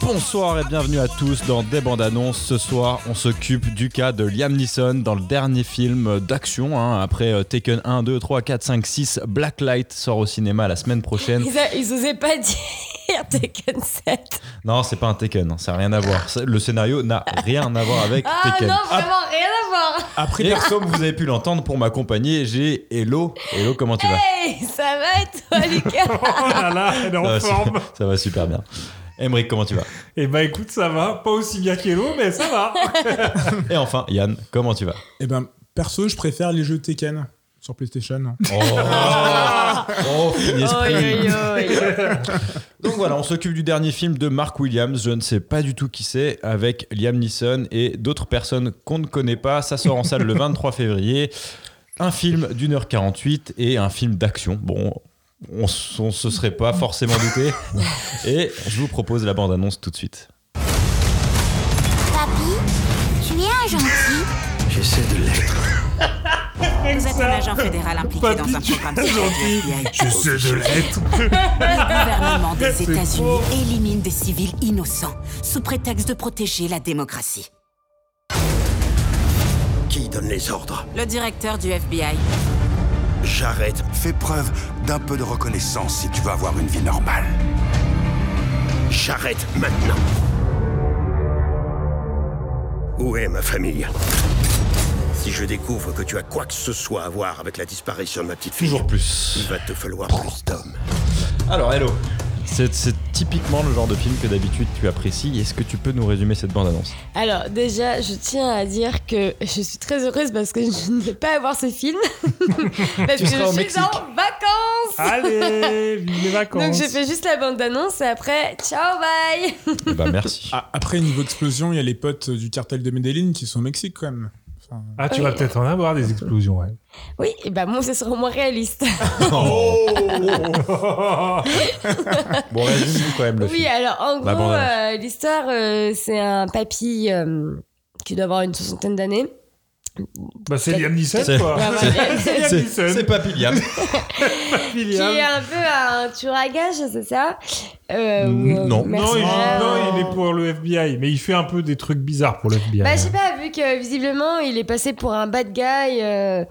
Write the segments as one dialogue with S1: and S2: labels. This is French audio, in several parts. S1: Bonsoir et bienvenue à tous dans Des Bandes Annonces. Ce soir, on s'occupe du cas de Liam Neeson dans le dernier film d'action. hein. après euh, Taken 1, 2, 3, 4, 5, 6, Blacklight sort au cinéma la semaine prochaine.
S2: Ils, a- ils osaient pas dire Tekken 7.
S1: Non, c'est pas un Taken, hein, ça n'a rien à voir. C'est- Le scénario n'a rien à voir avec
S2: Ah
S1: Taken.
S2: non, vraiment rien à voir.
S1: Après Et comme vous avez pu l'entendre, pour m'accompagner, j'ai Hello. Hello, comment tu vas
S2: Hey, ça va et toi, Lucas
S3: Oh là là, elle est en
S1: ça, va
S3: forme.
S1: super, ça va super bien. Emmerich, comment tu vas
S3: Et bah écoute, ça va. Pas aussi bien qu'Elo, mais ça va.
S1: Et enfin, Yann, comment tu vas
S4: Eh ben, perso, je préfère les jeux Tekken sur PlayStation.
S1: Oh, oh, fin esprit. Donc voilà, on s'occupe du dernier film de Mark Williams, je ne sais pas du tout qui c'est, avec Liam Neeson et d'autres personnes qu'on ne connaît pas. Ça sort en salle le 23 février. Un film d'une heure 48 et un film d'action. Bon, on, s- on se serait pas forcément douté. Et je vous propose la bande-annonce tout de suite.
S5: Papy, tu es un gentil.
S6: J'essaie de l'être.
S7: Vous êtes un agent fédéral impliqué dans un programme secret du FBI.
S3: de l'être.
S7: Le gouvernement des États-Unis élimine des civils innocents sous prétexte de protéger la démocratie.
S6: Qui donne les ordres
S7: Le directeur du FBI,
S6: J'arrête. Fais preuve d'un peu de reconnaissance si tu veux avoir une vie normale. J'arrête maintenant. Où est ma famille Si je découvre que tu as quoi que ce soit à voir avec la disparition de ma petite fille,
S1: Toujours
S6: il
S1: plus.
S6: va te falloir plus d'hommes.
S3: Ah
S1: Alors, hello. C'est c'est typiquement le genre de film que d'habitude tu apprécies. Est-ce que tu peux nous résumer cette bande-annonce
S2: Alors déjà, je tiens à dire que je suis très heureuse parce que je ne vais pas avoir ce film. parce
S1: Tu
S2: que je
S1: seras au
S2: suis
S1: Mexique.
S2: en vacances.
S3: Allez, vive les
S2: Donc
S3: vacances.
S2: je fais juste la bande d'annonce et après, ciao, bye
S1: Eh Bah merci.
S4: Ah, après, niveau explosion, il y a les potes du cartel de Medellin qui sont au Mexique quand même. Enfin,
S3: Ah, tu vas peut-être en avoir des explosions, ouais.
S2: Oui, et bah moi, ce sera au moins réaliste.
S3: Bah,
S1: Bon, résume quand même le
S2: Oui,
S1: film.
S2: alors en
S1: La
S2: gros,
S1: bande-annonce.
S2: euh, l'histoire, euh, c'est un papy euh, qui doit avoir une soixantaine d'années.
S3: bah c'est Liam Neeson,
S1: C'est-
S3: quoi.
S2: c'est-
S3: C'est
S4: euh,
S3: Liam
S1: C'est-
S3: Neeson.
S1: C'est pas William.
S2: Qui est
S3: Liam.
S2: un peu un tueur à gages, c'est ça Euh,
S1: Mm,
S2: ou, euh,
S1: non.
S3: Non il,
S2: mercenaire,
S3: non, il
S2: euh,
S3: est pour le FBI, mais il fait un peu des trucs bizarres pour le FBI.
S2: Bah, je sais pas, vu que visiblement il est passé pour un bad guy, euh,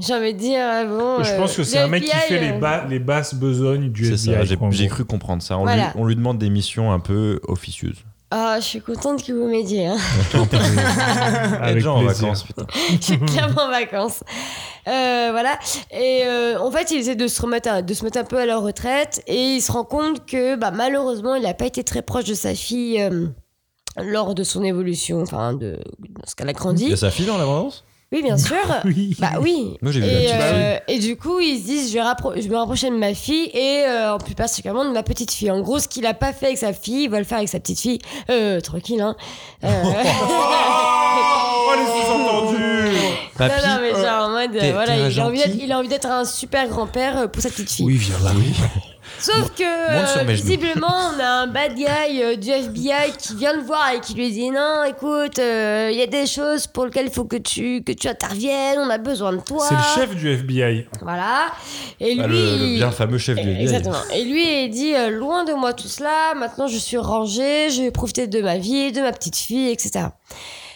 S2: j'ai envie de dire, euh, bon.
S3: Et je
S2: euh,
S3: pense que c'est
S2: le
S3: un mec qui
S2: FBI,
S3: fait
S2: euh,
S3: les, bas- les basses besognes du
S1: C'est ça,
S3: FBI.
S1: j'ai
S3: quoi, en
S1: j'ai
S3: gros.
S1: cru comprendre ça. On,
S2: Voilà.
S1: lui, on lui demande des missions un peu officieuses.
S2: Ah, je suis contente que vous m'aidiez. hein.
S1: Les
S3: Avec
S1: gens en
S3: plaisir.
S1: vacances, putain.
S2: je suis clairement en vacances. Euh, voilà. Et euh, en fait, il essaie de se, remettre un, de se mettre un peu à la retraite et il se rend compte que bah, malheureusement, il n'a pas été très proche de sa fille. euh, lors de son évolution, enfin de ce a
S1: Il y
S2: grandi.
S1: a sa fille dans la bande-annonce
S2: Oui, bien sûr.
S3: Oui.
S2: Bah oui.
S1: Moi, j'ai vu la
S2: et,
S1: petite
S2: euh, et du coup, ils se disent, je vais, rappro- je vais me rapprocher de ma fille et euh, en plus particulièrement de ma petite fille. En gros, ce qu'il a pas fait avec sa fille, il va le faire avec sa petite fille. Euh, tranquille, hein. Euh,
S3: Oh, les sous-entendus
S2: non, non,
S1: oh.
S2: mais genre en mode, euh,
S1: t'es-
S2: voilà,
S1: t'es un
S2: il a, envie d'être-
S1: gentil.
S2: il a envie d'être un super grand-père euh, pour sa petite fille.
S1: viens là. Oui.
S2: Sauf que,
S1: monte sur
S2: euh,
S1: mes genoux.
S2: visiblement, on a un bad guy euh, du FBI qui vient le voir et qui lui dit Non, écoute, euh, il y a des choses pour lesquelles il faut que tu, que tu interviennes, on a besoin de toi.
S3: C'est le chef du FBI.
S2: Voilà. Et lui.
S1: Ah, le, le bien fameux chef du FBI.
S2: Exactement. Et lui, il dit euh, loin de moi tout cela. Maintenant, je suis rangé. Je vais profiter de ma vie, de ma petite fille, etc.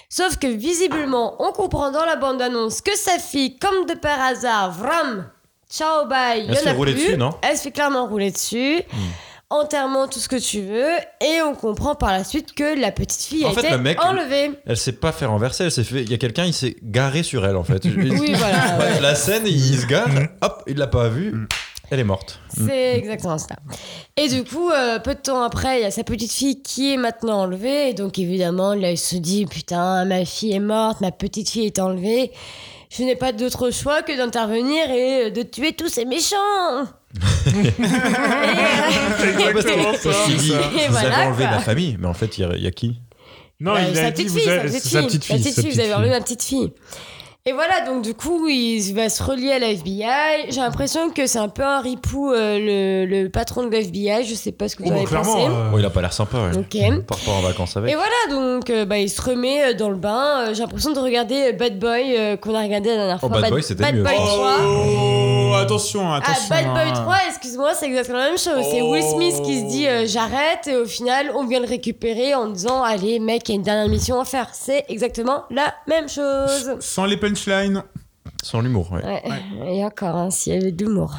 S2: Sauf que visiblement, on comprend dans la bande-annonce que sa fille, comme de par hasard, vram, ciao bye, il
S1: Elle
S2: y
S1: se
S2: en
S1: fait
S2: a
S1: rouler
S2: plus.
S1: dessus, non Hmm.
S2: Elle se fait clairement rouler dessus. Enterrement, tout ce que tu veux. Et on comprend par la suite que la petite fille
S1: En
S2: a
S1: fait,
S2: été
S1: le mec-
S2: enlevée.
S1: Elle s'est pas fait renverser, elle s'est fait. Il y a quelqu'un, il s'est garé sur elle en fait.
S2: Oui, voilà.
S1: Ouais, La scène, il se gare, hop, il l'a pas vue, elle est morte.
S2: C'est exactement ça. Et du coup, euh, peu de temps après, il y a sa petite fille qui est maintenant enlevée. Et donc, évidemment, là, il se dit Putain, ma fille est morte, ma petite fille est enlevée. Je n'ai pas d'autre choix que d'intervenir et euh, de tuer tous ces méchants. euh,
S3: C'est exactement ça.
S1: Ceci dit,
S2: Et
S1: vous
S2: voilà,
S1: avez enlevé
S2: quoi.
S1: ma famille, mais en fait, il y a- il y, a qui
S3: Non,
S2: Bah,
S3: il
S2: sa
S3: a dit
S2: petite
S3: vous
S2: fille,
S3: avez-
S2: sa petite
S3: sa
S2: fille,
S3: petite fille. sa
S2: vous avez
S3: petite
S2: enlevé
S3: fille.
S2: ma petite fille. Et voilà, donc du coup, il va se relier à la FBI. J'ai l'impression que c'est un peu un ripou, euh, le, le patron de la FBI. Je sais pas ce que vous
S3: Oh, bah,
S2: avez pensé.
S3: clairement. euh,
S1: Oh, il a pas l'air sympa. ouais.
S2: Ok.
S1: On part pas en vacances
S2: Et
S1: avec.
S2: voilà, donc euh, bah, il se remet euh, dans le bain. Euh, J'ai l'impression de regarder euh, Bad Boy euh, qu'on a regardé la dernière
S1: Oh,
S2: fois.
S1: Bad Boy, c'était mieux.
S2: Bad Boy 3.
S4: Oh, attention,
S2: Ah,
S4: attention.
S2: Bad Boy
S4: hein.
S2: 3, excuse-moi, c'est exactement la même chose. C'est Will Smith qui se dit euh, j'arrête et au final on vient le récupérer en disant allez mec, il y a une dernière mission à faire. C'est exactement la même chose.
S4: Sans les punchlines.
S1: Sans l'humour, ouais.
S2: Ouais. Et encore, hein, s'il y avait de l'humour.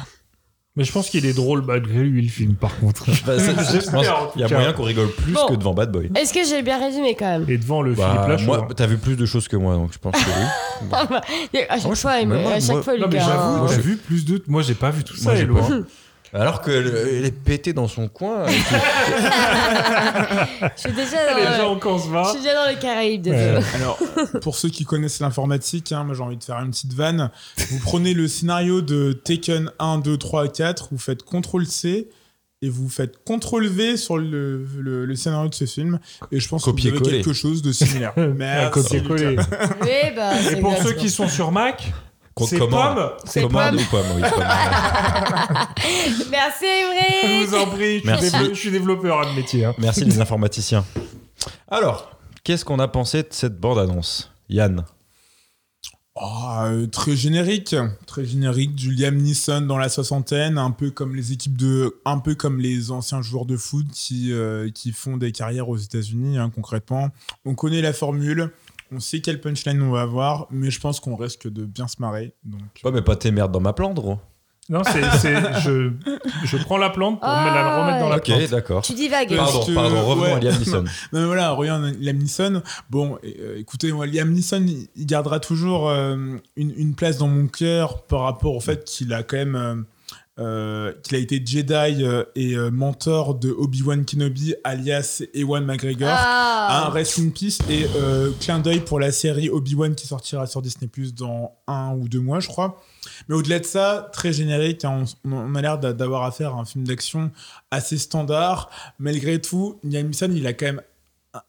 S3: Mais je pense qu'il est drôle malgré lui, le film, par contre.
S1: Bah, ça- je
S3: J'espère,
S1: pense
S3: en tout
S1: qu'il y a
S3: cas.
S1: moyen qu'on rigole plus
S2: Bon.
S1: que devant Bad Boy.
S2: Est-ce que j'ai bien résumé quand même
S3: Et devant le
S1: Bah,
S3: Philippe Lachaud.
S1: moi,
S3: hein.
S1: t'as vu plus de choses que moi, donc je pense que oui.
S2: À chaque
S1: Moi, je-
S2: fois, il me-
S1: mais moi-
S2: à chaque
S1: moi-
S2: fois,
S3: Non, mais
S2: Lucas,
S3: j'avoue,
S2: hein.
S3: t'as
S1: je-
S3: vu plus de. Moi, j'ai pas vu tout ça,
S1: Moi, j'ai
S3: Eloi.
S1: pas. Alors qu'elle est pétée dans son coin. euh, et puis-
S2: je suis déjà
S3: Les gens
S2: dans,
S3: encore se
S2: je
S3: va. Euh,
S2: suis déjà dans les Caraïbes. désolé.
S3: Ouais.
S4: Alors, pour ceux qui connaissent l'informatique, hein, moi j'ai envie de faire une petite vanne. Vous prenez le scénario de Taken 1, 2, 3, 4, vous faites CTRL-C et vous faites CTRL-V sur le, le- le scénario de ce film. Et je pense que vous avez
S1: Copier-coller.
S4: quelque chose de similaire.
S3: Un
S4: Merci,
S3: copier-coller.
S2: Oui, bah,
S3: Et
S2: c'est
S3: pour ceux
S2: exactement.
S3: qui sont sur Mac,
S1: Qu'on
S3: c'est
S1: commande.
S3: Pomme.
S2: C'est
S1: Commande
S2: pomme.
S1: ou pomme, oui, pomme.
S2: Merci,
S3: Je vous
S2: Émeric
S3: en prie, je suis
S1: Merci.
S3: dévelop- je suis développeur à le métier. hein.
S1: Merci les informaticiens. Alors, qu'est-ce qu'on a pensé de cette bande-annonce Yann
S4: Ah, euh, très générique, très générique. Julian Neeson dans la soixantaine, un peu comme les équipes de, un peu comme les anciens joueurs de foot qui euh, qui font des carrières aux États-Unis hein, concrètement. On connaît la formule, on sait quelle punchline on va avoir, mais je pense qu'on risque de bien se marrer. Donc
S1: Ouais, mais pas tes merdes dans ma plante, gros.
S3: Non, c'est, c'est- je, je prends la plante pour me la
S2: Ah,
S3: remettre dans la
S1: Ok,
S3: plante.
S1: d'accord.
S2: Tu Ah. divagues.
S4: Parce
S1: Pardon,
S4: que-
S1: pardon, revenons
S4: ouais.
S1: à Liam Neeson.
S4: Non, mais voilà, regarde Liam Neeson. Bon, euh, écoutez, moi, Liam Neeson, il- il gardera toujours euh, une, une place dans mon cœur par rapport au fait qu'il a quand même. euh, euh, qu'il a été Jedi euh, et euh, mentor de Obi-Wan Kenobi alias Ewan McGregor. Un
S2: Ah,
S4: rest in peace et euh, clin d'œil pour la série Obi-Wan qui sortira sur Disney Plus dans un ou deux mois, je crois. Mais au-delà de ça, très générique, hein, on, on a l'air d'a- d'avoir affaire à un film d'action assez standard. Malgré tout, Liam Neeson, il a quand même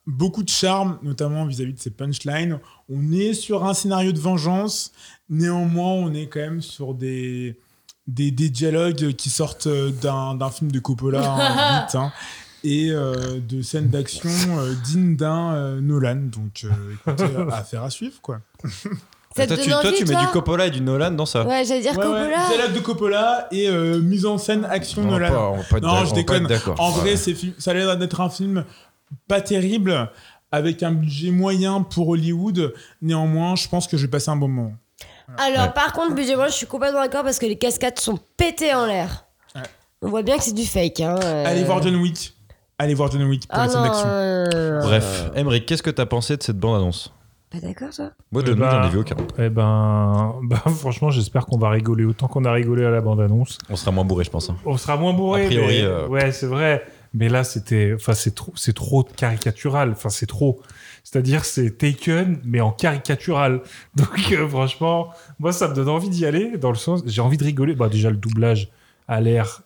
S4: beaucoup de charme, notamment vis-à-vis de ses punchlines. On est sur un scénario de vengeance, néanmoins, on est quand même sur des, des, des dialogues qui sortent euh, d'un d'un film de Coppola, hein, vite, hein, et euh, de scènes d'action euh, dignes d'un euh, Nolan. Donc, euh, écoutez, affaire à suivre, quoi.
S2: ça te
S1: toi,
S2: donne
S1: tu, toi,
S2: envie,
S1: tu mets
S2: toi
S1: du Coppola et du Nolan dans ça.
S2: Ouais, j'allais dire
S4: Ouais, ouais,
S2: Coppola.
S4: dialogue de Coppola et euh, mise en scène action
S1: On va
S4: Nolan.
S1: pas- on va pas être
S4: Non,
S1: d'ac- on va pas
S4: je
S1: être
S4: déconne.
S1: D'accord.
S4: En vrai, c'est fi- ça a l'air d'être un film pas terrible, avec un budget moyen pour Hollywood. Néanmoins, je pense que je vais passer un bon moment.
S2: Alors,
S1: Ouais.
S2: par contre, budget, moi, je suis complètement d'accord parce que les cascades sont pétées en l'air.
S4: Ouais.
S2: On voit bien que c'est du fake. Hein, euh.
S4: Allez voir John Wick. Allez voir John Wick pour
S2: Ah
S4: les scènes
S2: non.
S4: d'action.
S2: euh,
S1: Bref, Emmerich, qu'est-ce que t'as pensé de cette bande-annonce
S2: Pas d'accord, toi
S1: Moi, de
S3: Eh
S1: nous,
S3: ben-
S1: j'en ai vu aucun.
S3: Eh ben, bah, franchement, j'espère qu'on va rigoler autant qu'on a rigolé à la bande-annonce.
S1: On sera moins bourré, je pense. hein.
S3: On sera moins bourré.
S1: A
S3: mais-
S1: priori, euh,
S3: Ouais, c'est vrai. Mais là, c'était, enfin, c'est trop, c'est trop caricatural. Enfin, c'est trop. C'est-à-dire, c'est Taken, mais en caricatural. Donc, euh, franchement, moi, ça me donne envie d'y aller, dans le sens, j'ai envie de rigoler. Bah, déjà, le doublage a l'air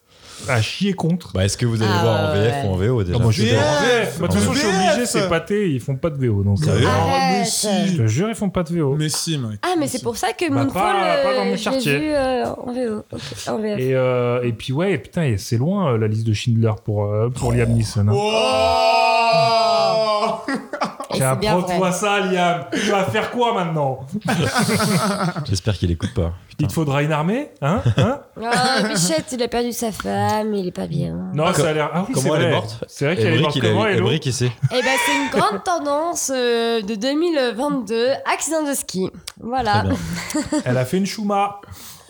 S3: à chier contre.
S1: Bah, est-ce que vous allez
S2: Ah,
S1: voir en
S2: ouais,
S1: VF
S2: ouais.
S1: ou en VO déjà
S3: Ah, moi, je suis
S4: VF,
S3: d'accord.
S1: Bah,
S3: Moi, de toute façon, je suis
S4: VF.
S3: obligé, c'est pâté, ils font pas de VO. Donc, euh,
S1: Sérieux
S4: Oh, mais
S2: Arrête.
S3: je
S4: si.
S3: te jure, ils font pas de VO.
S4: Mais si, mec.
S2: Ah, mais c'est pour ça que
S3: Bah,
S2: Moonfall,
S3: pas- pas dans mon
S2: euh, je l'ai
S3: quartier.
S2: vu euh, en VO. Ok, en VF.
S3: Et, euh, et puis ouais, putain, et c'est loin euh, la liste de Schindler pour, euh, pour Liam Neeson. hein.
S4: Oh
S2: Et c'est bien vrai.
S3: Apprends-toi ça, Liam. Tu vas faire quoi maintenant
S1: J'espère qu'il écoute pas.
S3: Il te faudra une armée, hein, Hein
S2: Ah, Bichette, il a perdu sa femme, il est pas bien.
S3: Non,
S1: Ah,
S3: ça
S1: co-
S3: a l'air. Ah oui,
S1: comment
S3: c'est
S1: elle est
S3: vrai.
S1: morte
S3: C'est vrai qu'elle est morte.
S1: il a-
S3: Comment elle est
S1: Emmerich, il sait.
S2: Eh ben, c'est une grande tendance euh, de 2022, accident de ski. Voilà.
S1: Très bien.
S3: Elle a fait une chouma.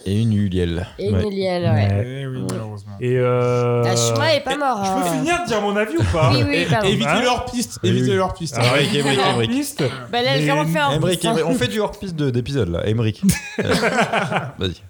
S1: Et une Uliel.
S2: Et
S1: Ouais.
S2: Néliel, ouais.
S4: Eh oui, malheureusement.
S3: Et euh...
S2: La Shuma est pas mort.
S3: Je peux
S2: hein.
S3: finir de dire mon avis ou pas
S2: Oui, oui, pardon.
S4: Évitez
S3: Hein
S4: leur piste.
S1: Oui,
S4: Évitez
S1: oui.
S4: leur piste.
S3: Alors,
S1: Emmerich, Emmerich,
S3: hors
S1: Emmerich.
S3: piste.
S2: Bah là, j'ai
S3: Mais-
S2: vraiment fait un
S1: Emmerich,
S2: pouce, hein.
S1: Emmerich. on fait du hors-piste de- d'épisode là, Emmerich. Euh, Vas-y.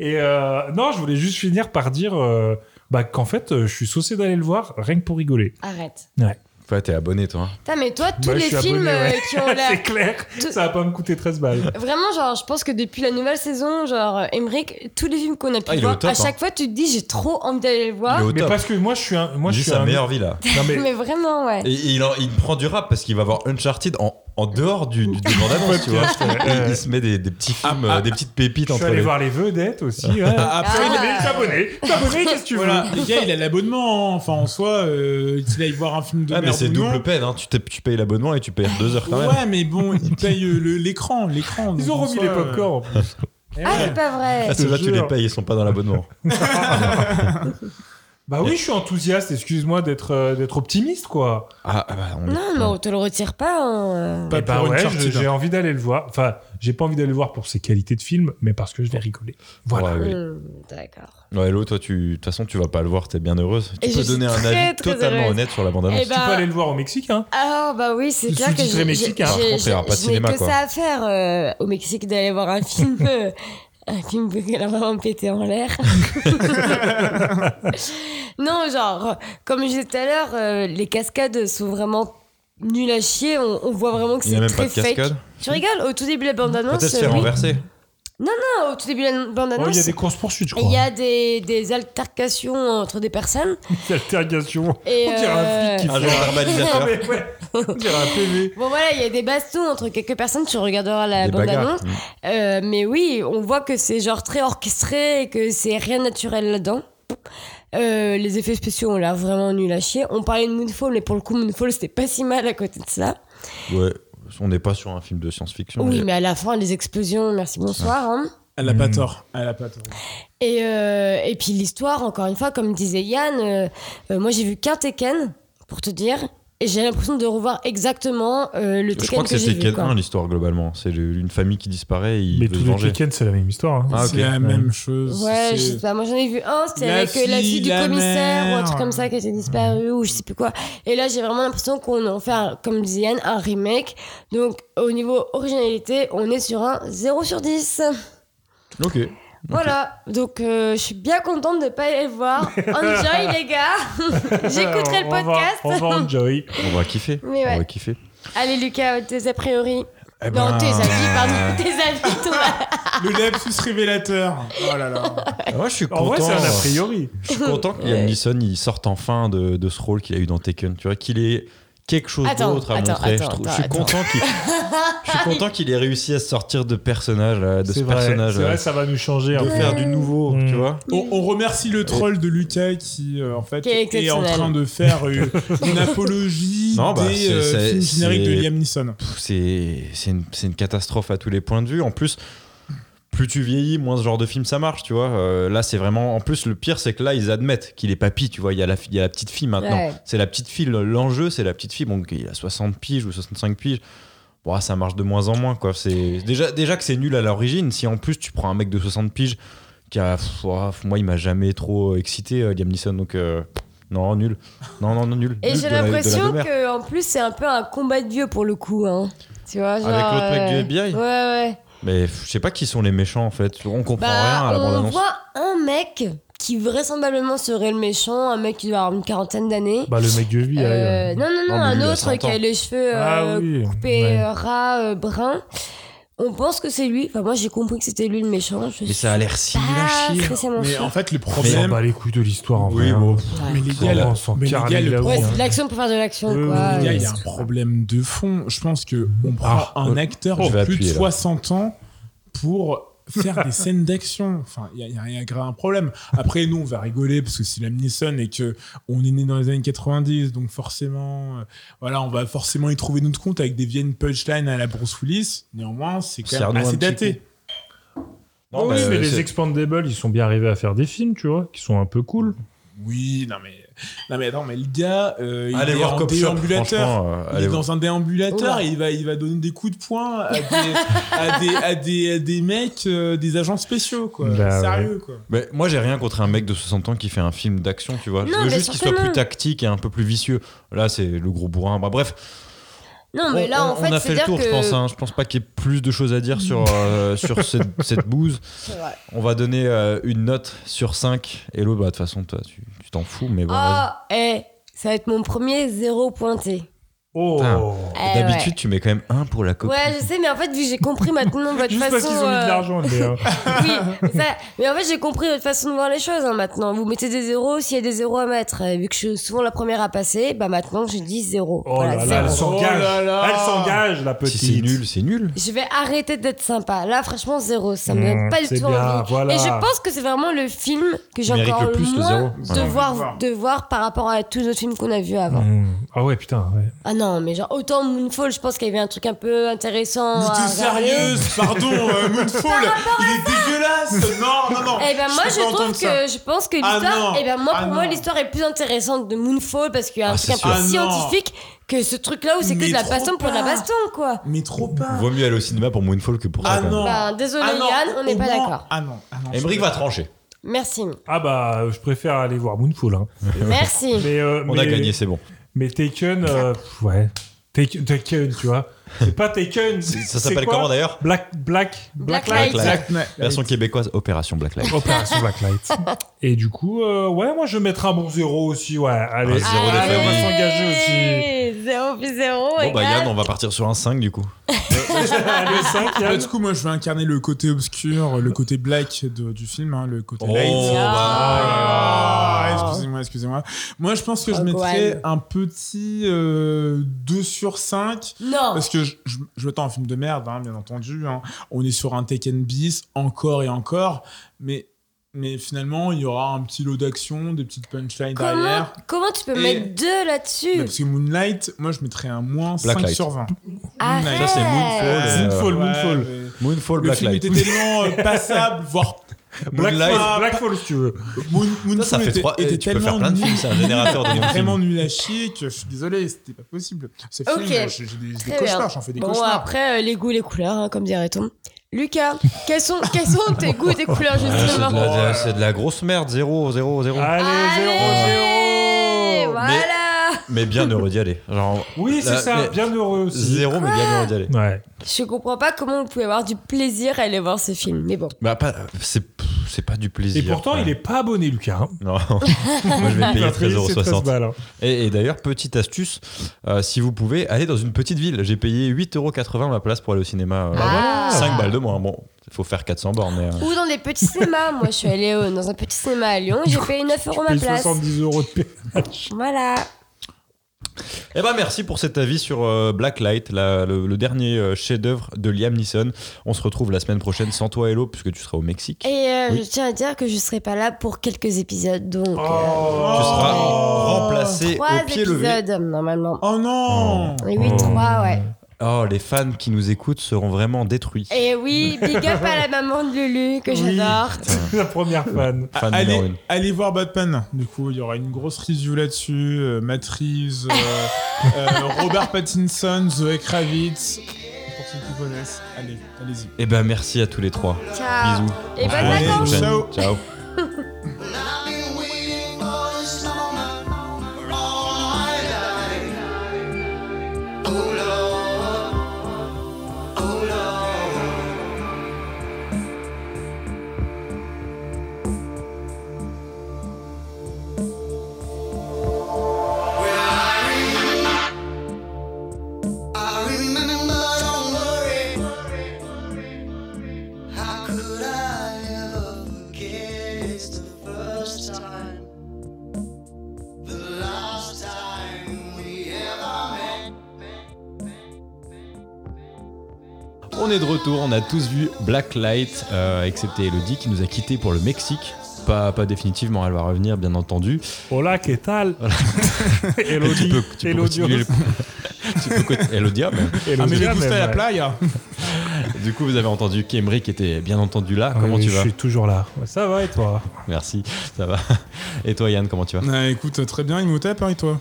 S3: Et euh, non, je voulais juste finir par dire euh, bah, qu'en fait, euh, je suis saucé d'aller le voir rien que pour rigoler.
S2: Arrête.
S3: Ouais.
S1: Toi, t'es abonné, toi. hein.
S2: Putain, mais toi, tous
S3: Moi, Bah, je
S2: les
S3: suis
S2: films
S3: abonné, ouais.
S2: euh, qui ont l'air
S3: C'est clair,
S2: Tout-
S3: ça va pas me coûter 13 balles.
S2: Vraiment, genre, je pense que depuis la nouvelle saison, genre, euh, Emmerich, tous les films qu'on a pu
S1: Ah, il est
S2: voir,
S1: au top,
S2: à chaque fois, tu te dis, j'ai trop envie d'aller le voir.
S1: Il est au
S3: Mais
S1: top.
S3: parce que moi, je suis un. Moi,
S1: Moi,
S3: je
S1: J'ai
S3: suis
S1: sa
S3: un-
S1: meilleure vie là.
S3: Non, mais
S2: Mais vraiment, ouais.
S1: Et il, en- il prend du rap parce qu'il va voir Uncharted en, en dehors du, du, des bandes annonces, tu vois.
S3: ouais.
S1: Il, il se met des, des petits films,
S4: Ah, ah,
S1: euh, des petites pépites
S3: je suis
S1: entre
S3: allé
S1: les.
S3: voir les vedettes aussi. Ouais.
S4: Après,
S2: Ah.
S4: il
S3: Mais T'abonner, t'abonner, qu'est-ce que tu veux
S4: Voilà, le gars, il a l'abonnement. hein. Enfin, en soi, euh, qu'il aille voir un film de
S1: Ah, mais
S4: merde
S1: c'est
S4: ou
S1: double
S4: non.
S1: peine, hein. tu, t'es- tu payes l'abonnement et tu payes deux heures quand même.
S4: Ouais, mais bon, il paye euh, le- l'écran, l'écran.
S3: Ils
S4: donc,
S3: ont
S4: en
S3: remis
S4: soi,
S3: les
S4: euh,
S3: popcorn en plus.
S4: eh
S2: Ah,
S4: ouais.
S2: c'est pas vrai.
S1: Ah, ceux-là,
S3: Je te
S1: tu les
S3: jure.
S1: payes, ils sont pas dans l'abonnement.
S3: Bah oui, je suis enthousiaste, excuse-moi d'être euh, d'être optimiste quoi.
S1: Ah, ah, bah, on est-
S2: Non, mais on te le retire pas. hein.
S4: Pas
S3: Eh bah
S4: pour
S3: ouais,
S4: Uncharted,
S3: je- j'ai
S4: hein.
S3: envie d'aller le voir. Enfin, j'ai pas envie d'aller le voir pour ses qualités de film, mais parce que je vais rigoler. Voilà.
S1: Ouais, Ah oui.
S2: Hmm, D'accord.
S1: Ouais, Hello, toi, tu- de toute façon, tu vas pas le voir, t'es bien heureuse. Tu
S2: Et
S1: peux
S2: je suis
S1: donner un
S2: très, très
S1: avis totalement
S2: heureuse.
S1: honnête sur la bande annonce.
S2: Eh
S3: Tu peux
S2: bah-
S3: aller le voir au Mexique, hein
S2: Alors, bah oui, c'est
S3: Le
S2: clair que
S3: sous-titré
S2: j'ai- j'ai-
S3: mexicain.
S1: hein, Par
S2: j'ai-
S1: contre, il y aura
S2: j'ai-
S1: pas de
S2: je
S1: cinéma,
S2: n'ai que
S1: quoi.
S2: ça à faire euh, au Mexique d'aller voir un film. euh, Un film qui a vraiment pété en l'air. non, genre, comme je disais tout à l'heure, euh, les cascades sont vraiment nulles à chier. On, on voit vraiment que
S1: Il y a
S2: c'est
S1: même pas
S2: très
S1: de
S2: fake.
S1: cascade.
S2: Tu rigoles Au tout début de la bande-annonce,
S1: Peut-être se faire
S2: euh, oui.
S1: renverser.
S2: Ah Non, au tout début de la
S3: Oh, Il y a
S2: bande-annonce,
S3: des courses poursuites, je
S2: il y
S3: crois.
S2: a
S1: hein.
S2: des, des altercations entre des personnes.
S3: Des altercations.
S2: Et
S3: On dirait un
S2: euh,
S3: flic qui
S1: Un
S3: fait. Non,
S1: verbalisateur.
S3: Ah, mais ouais. On dirait un PV.
S2: Bon voilà, il y a des bastons entre quelques personnes, tu regarderas la
S1: Des bagarres.
S2: bande-annonce. Euh, mais oui, on voit que c'est genre très orchestré et que c'est rien de naturel là-dedans. Euh, les effets spéciaux ont l'air vraiment nuls à chier. On parlait de Moonfall, mais pour le coup, Moonfall, c'était pas si mal à côté de ça.
S1: Mm. Ouais, on n'est pas sur un film de science-fiction.
S2: Oui,
S1: mais-
S2: mais à la fin, les explosions, merci, bonsoir. hein.
S4: Elle a pas
S3: Hmm.
S4: tort. Elle a pas tort.
S2: Et, euh, et puis l'histoire, encore une fois, comme disait Yann, euh, euh, moi j'ai vu qu'un Tekken, pour te dire, et j'ai l'impression de revoir exactement euh, le
S1: Je
S2: Tekken
S1: crois que
S2: que
S1: c'est
S2: j'ai vu.
S1: Tekken
S2: quoi.
S1: 1 l'histoire globalement. C'est le- une famille qui disparaît et il
S3: Mais
S1: veut
S3: tous
S1: se
S3: les
S1: venger.
S3: week-ends, c'est la même histoire. hein.
S1: Ah ok.
S4: C'est la
S3: Ouais.
S4: même chose.
S2: Ouais,
S4: c'est-
S2: je sais pas. Moi, j'en ai vu un, c'était
S4: La
S2: avec euh, la
S4: fille,
S2: fille du
S4: la
S2: commissaire ou un
S4: mère.
S2: truc comme ça qui était disparue ou je sais plus quoi. Et là, j'ai vraiment l'impression qu'on en fait, un- comme disait Yann, un remake. Donc, au niveau originalité, on est sur un 0 sur 10.
S1: Ok.
S2: Voilà. Donc, euh, je suis bien contente de pas aller le voir. Enjoy, les gars. J'écouterai le
S3: On va-
S2: podcast.
S3: On va enjoy.
S1: On va kiffer.
S2: Mais ouais.
S1: On va kiffer.
S2: Allez, Lucas, tes a priori.
S1: Eh
S2: non,
S1: ben,
S2: tes avis,
S3: euh,
S2: pardon. Tes avis, toi.
S4: Le lapsus révélateur. Oh là là.
S1: Ah, Moi je suis
S3: En vrai,
S1: content.
S3: c'est un a priori.
S1: Je suis content que Liam Neeson il sorte enfin de, de ce rôle qu'il a eu dans Tekken. Tu vois qu'il ait quelque chose
S2: Attends,
S1: d'autre à
S2: attends,
S1: montrer. je,
S2: attends,
S1: trouve- je suis
S2: attends,
S1: content qu'il. je suis content qu'il ait réussi à sortir de personnage, là, de
S3: C'est
S1: ce
S3: vrai,
S1: personnage.
S3: c'est
S1: là.
S3: vrai, ça va nous changer.
S1: de
S3: en fait.
S1: faire du nouveau,
S3: Mm.
S1: tu vois.
S4: On, on remercie le troll de Lucas qui, euh, en fait,
S2: Qui est
S4: est, en
S2: exceptionnel.
S4: train de faire euh, une apologie
S1: Non, bah,
S4: des
S1: c'est-
S4: euh,
S1: c'est-
S4: films génériques de
S1: c'est-
S4: Liam Neeson.
S1: Pff, c'est c'est une, c'est une catastrophe à tous les points de vue. En plus, plus tu vieillis, moins ce genre de film ça marche, tu vois. Euh, là, c'est vraiment. En plus, le pire, c'est que là, ils admettent qu'il est papy, tu vois. Il y a la, fi- il y a la petite fille maintenant.
S2: Ouais.
S1: C'est la petite fille. le- L'enjeu, c'est la petite fille. Bon, il a 60 piges ou 65 piges. Bon, ça marche de moins en moins, quoi. C'est déjà, déjà que c'est nul à l'origine. Si en plus, tu prends un mec de 60 piges qui a. pff, ouah, moi, il m'a jamais trop excité, euh, Liam Neeson. Donc, euh, non, nul. Non, non, non, nul.
S2: Et
S1: Nul
S2: j'ai
S1: de la- de la
S2: l'impression
S1: demeure.
S2: que en plus c'est un peu un combat de vieux pour le coup, hein. Tu vois, genre,
S1: l'autre mec du
S2: euh,
S1: FBI
S2: Ouais, ouais.
S1: Mais pff, je sais pas qui sont les méchants en fait. On comprend rien
S2: Bah,
S1: à la bande
S2: on
S1: annonce.
S2: voit un mec qui vraisemblablement serait le méchant, un mec qui doit avoir une quarantaine d'années.
S3: Bah, le mec de vie.
S2: Euh,
S3: là, il-
S2: non, non, non,
S1: Non, mais lui, il
S2: un
S1: a
S2: autre
S1: 100
S2: qui a
S1: ans.
S2: les cheveux euh,
S3: Ah oui.
S2: coupés,
S3: ouais.
S2: euh, ras, euh, bruns. On pense que c'est lui. Enfin, moi j'ai compris que c'était lui le méchant. Je
S1: Mais ça a l'air si
S2: suis
S1: nul à
S2: pas
S1: chier.
S2: spécialement
S4: Mais
S2: sûre.
S4: en fait, le
S3: On s'en
S4: problème.
S3: bat les couilles de l'histoire en vrai.
S1: Oui,
S3: hein.
S1: bon.
S4: mais les gars,
S3: On
S4: là-
S3: s'en
S4: mais les
S3: carre
S4: gars,
S3: les
S1: Ah
S4: le
S3: là-haut,
S2: Ouais,
S3: hein.
S2: c'est de l'action pour faire de l'action,
S3: Oui,
S2: quoi.
S3: oui,
S4: les gars,
S3: oui.
S4: il y a un problème de fond. Je pense que on prend
S1: Ah,
S4: un
S1: euh,
S4: acteur
S1: je
S4: de Oh,
S1: vais
S4: plus de
S1: appuyer, là.
S4: 60 ans pour faire des scènes d'action. Enfin, il y a, il y a- il y a grave un problème. Après, nous, on va rigoler parce que c'est Liam Neeson et que on est né dans les années 90, donc forcément, euh, voilà, on va forcément y trouver notre compte avec des viennes punchlines à la Bruce Willis. Néanmoins, c'est quand même
S1: Serre-nous un
S4: assez
S1: petit
S4: daté.
S3: Oh
S1: bah,
S3: oui, mais
S1: euh,
S3: les
S1: c'est-
S3: Expandables, ils sont bien arrivés à faire des films, tu vois, qui sont un peu cool.
S4: Oui, non mais, non mais attends, mais le gars, euh, il
S1: Allez
S4: est
S1: voir
S4: en
S1: Cop Shop,
S4: déambulateur.
S1: franchement. euh,
S4: Il
S1: allez
S4: est
S1: voir.
S4: dans un déambulateur
S2: Oula.
S4: et il va, il va donner des coups de poing à des, à des, à des, à des mecs, euh, des agents spéciaux, quoi.
S3: Bah,
S4: Sérieux, quoi.
S1: Mais moi j'ai rien contre un mec de 60 ans qui fait un film d'action, tu vois.
S2: Non,
S1: Je veux
S2: mais
S1: juste qu'il soit
S2: certainement.
S1: plus tactique et un peu plus vicieux. Là c'est le gros bourrin. Bah, bref,
S2: Non, mais
S1: on,
S2: là, en
S1: on-
S2: fait,
S1: on a
S2: c'est
S1: fait le
S2: dire
S1: tour,
S2: que...
S1: je pense. hein. Je pense pas qu'il y ait plus de choses à dire sur, euh, sur cette, cette bouse.
S2: C'est vrai.
S1: On va donner euh, une note sur 5. Hello, bah de toute façon, toi tu tu t'en fous, mais bon. vas-y.
S2: Ah, eh, Ça va être mon premier zéro pointé.
S3: Oh
S1: Putain.
S2: Eh
S1: D'habitude, tu mets quand même un pour la
S2: ouais.
S1: copie.
S2: Ouais, je sais, mais en fait, vu que j'ai compris maintenant votre
S3: Juste
S2: façon.
S3: parce qu'ils ont mis de
S2: euh,
S3: l'argent, les gars.
S2: oui, ça- mais en fait, j'ai compris votre façon de voir les choses hein, maintenant. Vous mettez des zéros s'il y a des zéros à mettre. Et vu que je suis souvent la première à passer, bah maintenant, je dis zéro.
S3: Oh
S2: Voilà,
S3: là là,
S2: zéro.
S3: elle s'engage.
S4: Oh là là.
S3: Elle s'engage, la
S1: Si
S3: petite.
S1: c'est nul, c'est nul.
S2: Je vais arrêter d'être sympa. Là, franchement, zéro. Ça me
S3: Mmh,
S2: donne pas du
S3: c'est
S2: tout
S3: bien,
S2: envie.
S3: voilà.
S2: Et je pense que c'est vraiment le film que j'ai
S1: Mérite
S2: encore
S1: le plus le zéro.
S2: moins de,
S1: Ouais.
S2: voir, de voir par rapport à tous les autres films qu'on a vus avant.
S3: Mmh. Ah ouais, putain, ouais.
S2: Ah non, mais genre, autant Moonfall, je pense qu'il y avait un truc un peu intéressant.
S4: Mais
S2: à
S4: tout
S2: regarder.
S4: sérieuse, pardon, euh, Moonfall, il est dégueulasse. Non, non, non.
S2: Eh ben moi
S4: peux pas
S2: je trouve
S4: entendre
S2: que
S4: ça.
S2: je pense que
S4: Ah
S2: l'histoire
S4: non.
S2: eh ben moi
S4: Ah
S2: pour moi
S4: non.
S2: l'histoire est plus intéressante de Moonfall parce qu'il y a un
S1: Ah,
S2: truc un
S1: c'est
S2: peu
S4: sûr. Ah non.
S2: scientifique que ce truc là où c'est que
S4: Mais
S2: de la
S4: trop
S2: baston pour de la
S4: pas.
S2: baston quoi.
S4: Mais trop
S2: Ah.
S4: pas.
S1: Vaut mieux aller au cinéma pour Moonfall que pour ça.
S4: Ah
S1: quand même.
S4: non.
S2: Bah, désolé,
S4: Ah non,
S2: Yann, on n'est
S4: au
S2: pas
S4: moins-
S2: d'accord.
S4: Ah non, ah non. je
S1: Emmerich
S4: peux
S1: va
S4: pas.
S1: trancher.
S2: Merci.
S3: Ah bah, je préfère aller voir Moonfall. Hein.
S2: Merci.
S3: Mais, euh,
S1: On a
S3: mais-
S1: gagné, c'est bon.
S3: Mais Taken, euh, pff, ouais. Taken, Taken, tu vois. C'est pas Taken.
S1: C'est-
S3: c'est
S1: Ça s'appelle
S3: quoi
S1: comment d'ailleurs
S3: Black, Black,
S2: Black Light.
S3: Light.
S1: Black
S4: Black Knight.
S1: Version québécoise, Opération Blacklight.
S2: Oh
S3: Opération Blacklight. Et du coup, euh, ouais, moi je vais mettre un bon zéro aussi. Ouais, allez,
S1: Ah, zéro
S3: allez,
S1: d'effet,
S3: on va
S1: ouais.
S3: s'engager aussi.
S2: aussi. Zéro plus zéro.
S1: Bon bah
S2: égale.
S1: Yann, on va partir sur un 5 du coup.
S3: allez, 5,
S4: Bah,
S3: Yann.
S4: du coup, moi, je vais incarner le côté obscur, le côté black de- du film, hein, le côté light.
S1: Oh,
S2: Oh.
S1: bah.
S4: Ah, excusez-moi, excusez-moi. Moi, je pense que je
S2: Oh,
S4: mettrais
S2: Gwen.
S4: un petit euh, 2 sur 5.
S2: Non.
S4: Parce que je, je, je m'attends à un film de merde, hein, bien entendu. hein. On est sur un Tekken bis, encore et encore. Mais, mais finalement, il y aura un petit lot d'action, des petites punchlines
S2: Comment,
S4: derrière.
S2: comment tu peux
S4: Et-
S2: mettre deux
S4: Bah,
S2: là-dessus
S4: parce que Moonlight, moi, je mettrais un moins 5
S1: Blacklight.
S4: sur 20.
S2: Arrête.
S1: Ça, c'est Moonfall.
S2: euh,
S4: Ouais,
S3: Moonfall,
S4: ouais,
S3: Moonfall.
S4: mais-
S1: Moonfall,
S4: Le film
S1: Blacklight.
S4: était tellement euh, passable, voire
S3: Black
S1: Moonlight.
S3: Fall, Black Fall, si tu veux.
S4: Moon, Moonfall
S1: Ça, ça fait
S4: était,
S1: trois- eh,
S4: était
S1: tu peux faire
S4: tellement
S1: plein de
S4: nul,
S1: films, c'est un générateur de noms de
S4: vraiment
S1: films.
S4: nul à chier que je suis désolé, c'était pas possible. Ce film,
S2: Ok.
S4: euh, j'ai j'ai des, j'ai des
S2: Très bien.
S4: cauchemars, j'en fais des
S2: Bon,
S4: cauchemars.
S2: après, euh, les goûts, les couleurs, hein, comme dirait-on. Lucas, quels sont, quels sont tes goûts et tes couleurs,
S1: Ah, C'est
S2: justement
S1: de, la- c'est de la grosse merde, 0, 0, 0.
S2: Allez,
S3: Allez, 0, 0.
S2: Voilà
S1: Mais bien heureux d'y aller. Genre,
S3: Oui, c'est
S1: La-
S3: ça,
S1: les-
S3: bien heureux aussi.
S1: 0 mais bien heureux d'y aller.
S3: Ouais.
S2: Je comprends pas comment vous pouvez avoir du plaisir à aller voir ce film, mais bon.
S1: Bah pas, c'est pff, c'est pas du
S3: Et
S1: plaisir.
S3: pourtant,
S1: quoi.
S3: il est pas abonné, Lucas. hein.
S1: Non, moi je vais
S3: Il
S1: payer
S3: a
S1: 13,60
S3: payé ses 13 balles, hein.
S1: Et, et d'ailleurs, petite astuce, euh, si vous pouvez, aller dans une petite ville. J'ai payé 8,80€ ma place pour aller au cinéma. euh,
S2: Ah.
S1: 5 balles de moins. Bon, il faut faire 400 bornes. mais, euh,
S2: Ou dans des petits cinémas. Moi, je suis allée au- dans un petit cinéma à Lyon, j'ai payé 9 euros ma
S3: Paye
S2: place.
S3: 70 euros de paix.
S2: Voilà.
S1: Eh ben merci pour cet avis sur euh, Blacklight, la- le, le dernier euh, chef-d'œuvre de Liam Neeson. On se retrouve la semaine prochaine sans toi Hello puisque tu seras au Mexique.
S2: Et euh,
S1: Oui.
S2: je tiens à dire que je serai pas là pour quelques épisodes, donc. euh,
S1: Tu seras
S4: Oh.
S1: remplacé
S2: trois
S1: au pied levé.
S2: épisodes, normalement.
S4: Oh non
S2: Et oui,
S3: Oh.
S2: trois, ouais.
S1: Oh, les fans qui nous écoutent seront vraiment détruits.
S2: Et oui, big up à la maman de Lulu, que
S3: Oui.
S2: j'adore.
S3: La première fan.
S1: Fan numéro
S4: allez,
S1: une.
S4: allez voir Batman. Du coup, il y aura une grosse review là-dessus. euh, Matt Reeves, euh, euh, Robert Pattinson, Zoe Kravitz. Pour ceux qui connaissent, allez, allez-y.
S1: Eh ben merci à tous les trois.
S2: Ciao.
S1: Bisous.
S2: Et
S1: On se
S2: bonnes
S1: voit la semaine
S4: vacances.
S1: prochaine.
S4: Ciao.
S1: Ciao.
S8: I've been waiting for this moment for all my life. Oh Lord, oh Lord. Well, I rem- I remember, don't worry. How could I ever forget? It's the first time, the last time we ever met.
S1: On est de retour, on a tous vu Blacklight, euh, excepté Elodie qui nous a quittés pour le Mexique. Pas, pas définitivement, elle va revenir bien entendu.
S3: Hola, que tal
S1: Et tu
S4: Ah,
S3: Elodie.
S1: peux, tu peux
S3: Elodios.
S1: continuer le- tu peux co- Elodia, mais-
S3: Elodie
S4: Ah, mais
S3: même,
S4: les à la
S3: ouais.
S4: playa
S1: ben. Du coup, vous avez entendu qu'Emeric était bien entendu là. Comment
S3: Oui,
S1: tu
S3: je
S1: vas
S3: suis toujours là. Ça va et toi
S1: Merci, ça va. Et toi Yann, comment tu
S3: Mm.
S1: vas
S4: Ah, Écoute, très bien, Imhotep, hein, et toi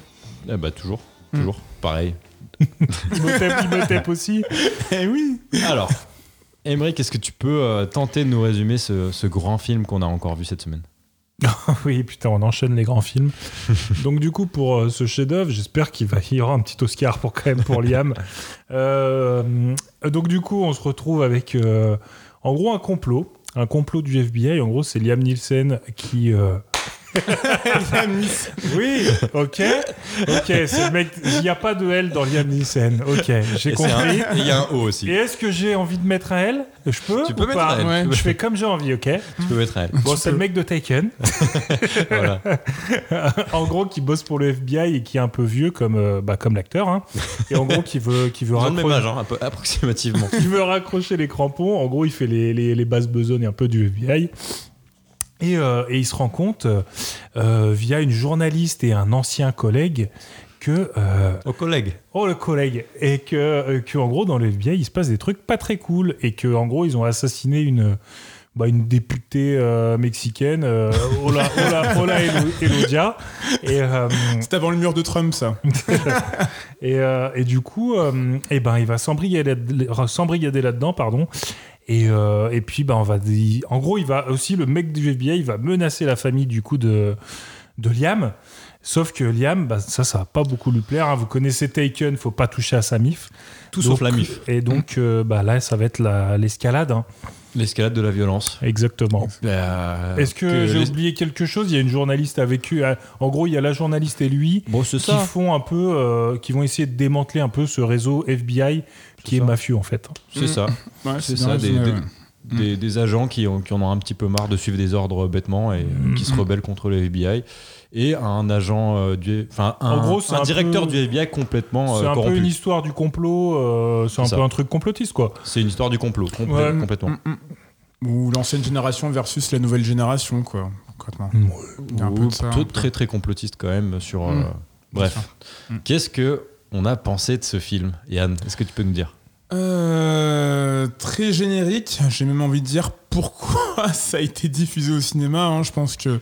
S1: Eh Bah toujours,
S3: Mm.
S1: toujours, pareil.
S3: Il me tape, il me tape aussi.
S4: Eh oui
S1: Alors, Emeric, est-ce que tu peux euh, tenter de nous résumer ce, ce grand film qu'on a encore vu cette semaine
S3: oui, putain, on enchaîne les grands films. Donc du coup, pour euh, ce chef-d'œuvre, j'espère qu'il va il y aura un petit Oscar pour quand même pour Liam. Euh, donc du coup, on se retrouve avec euh, en gros un complot, un complot du FBI. En gros, c'est Liam Nielsen qui euh,
S4: Liam Neeson.
S3: Oui, ok. Ok, c'est le mec. Il n'y a pas de L dans Liam Neeson. Ok, j'ai
S1: Et c'est un-
S3: compris.
S1: et Il y a un O
S3: Et
S1: aussi.
S3: est-ce que j'ai envie de mettre un L Je peux Hein ou
S1: Tu peux mettre
S3: pas
S1: un L, tu peux.
S3: Je fais comme j'ai envie, ok
S1: Tu peux mettre un L.
S3: Bon, c'est le mec de Taken,
S1: Voilà.
S3: en gros, qui bosse pour le FBI et qui est un peu vieux comme, euh, bah, comme l'acteur. hein. Et en gros, qui veut, qui veut
S1: Ils ont le même
S3: raccrocher-
S1: âge, hein, un peu approximativement.
S3: Il veut raccrocher les crampons. En gros, il fait les, les, les basses besognes un peu du FBI. Et, euh, et il se rend compte, euh, euh, via une journaliste et un ancien collègue, que. euh,
S1: Aux collègues.
S3: oh, le collègue Et que, euh, que, en gros, dans le FBI, il se passe des trucs pas très cool. Et que, en gros, ils ont assassiné une. bah, une députée euh, mexicaine, euh, Ola, Ola, Ola Elo- Elodia. Et, euh,
S4: C'est avant le mur de Trump, ça.
S3: et, euh, et du coup, euh, eh ben, il va s'embrigader là- euh, s'embrigader là-dedans, pardon. Et, euh, et puis, ben, on va, di- en gros, il va aussi, le mec du FBI, il va menacer la famille du coup de, de Liam. Sauf que Liam, ben, ça, ça va pas beaucoup lui plaire. hein. Vous connaissez Taken, faut pas toucher à sa mif.
S1: Tout
S3: Donc,
S1: sauf la mif.
S3: Et donc, euh, bah, là, ça va être la- l'escalade. hein.
S1: L'escalade de la violence.
S3: Exactement.
S1: Bah,
S3: Est-ce que, j'ai
S1: les-
S3: oublié quelque chose Il y a une journaliste avec eux. En gros, il y a la journaliste et lui
S1: Bon, c'est
S3: qui
S1: ça.
S3: font un peu, euh, qui vont essayer de démanteler un peu ce réseau FBI qui Mm. Ah, est
S1: ça.
S3: mafieux en fait.
S1: C'est ça.
S4: Ouais,
S1: C'est
S4: bien
S1: ça, des,
S4: résumé,
S1: des-
S4: ouais.
S3: Mm.
S1: des- des agents qui, ont- qui en ont un petit peu marre de suivre des ordres bêtement et euh,
S3: Mm.
S1: qui se rebellent contre le FBI. Et un agent euh, du. Enfin, un,
S3: En gros, c'est
S1: un
S3: un
S1: directeur
S3: peu-
S1: du FBI complètement euh,
S3: c'est un peu
S1: corrompu.
S3: une histoire du complot, euh, c'est un
S1: C'est
S3: peu
S1: ça.
S3: un truc complotiste quoi.
S1: C'est une histoire du complot, complè-
S3: Ouais. Mm.
S1: complètement.
S4: Mm, Ou l'ancienne génération versus la nouvelle génération, quoi. Concrètement. Il y a un peu de ça.
S1: Plutôt très très complotiste quand même sur. euh,
S4: Mm.
S1: Bref.
S3: Mm.
S1: Qu'est-ce que on a pensé de ce film, Yann Est-ce que tu peux nous dire
S4: Euh, très générique. J'ai même envie de dire pourquoi ça a été diffusé au cinéma. hein. Je pense que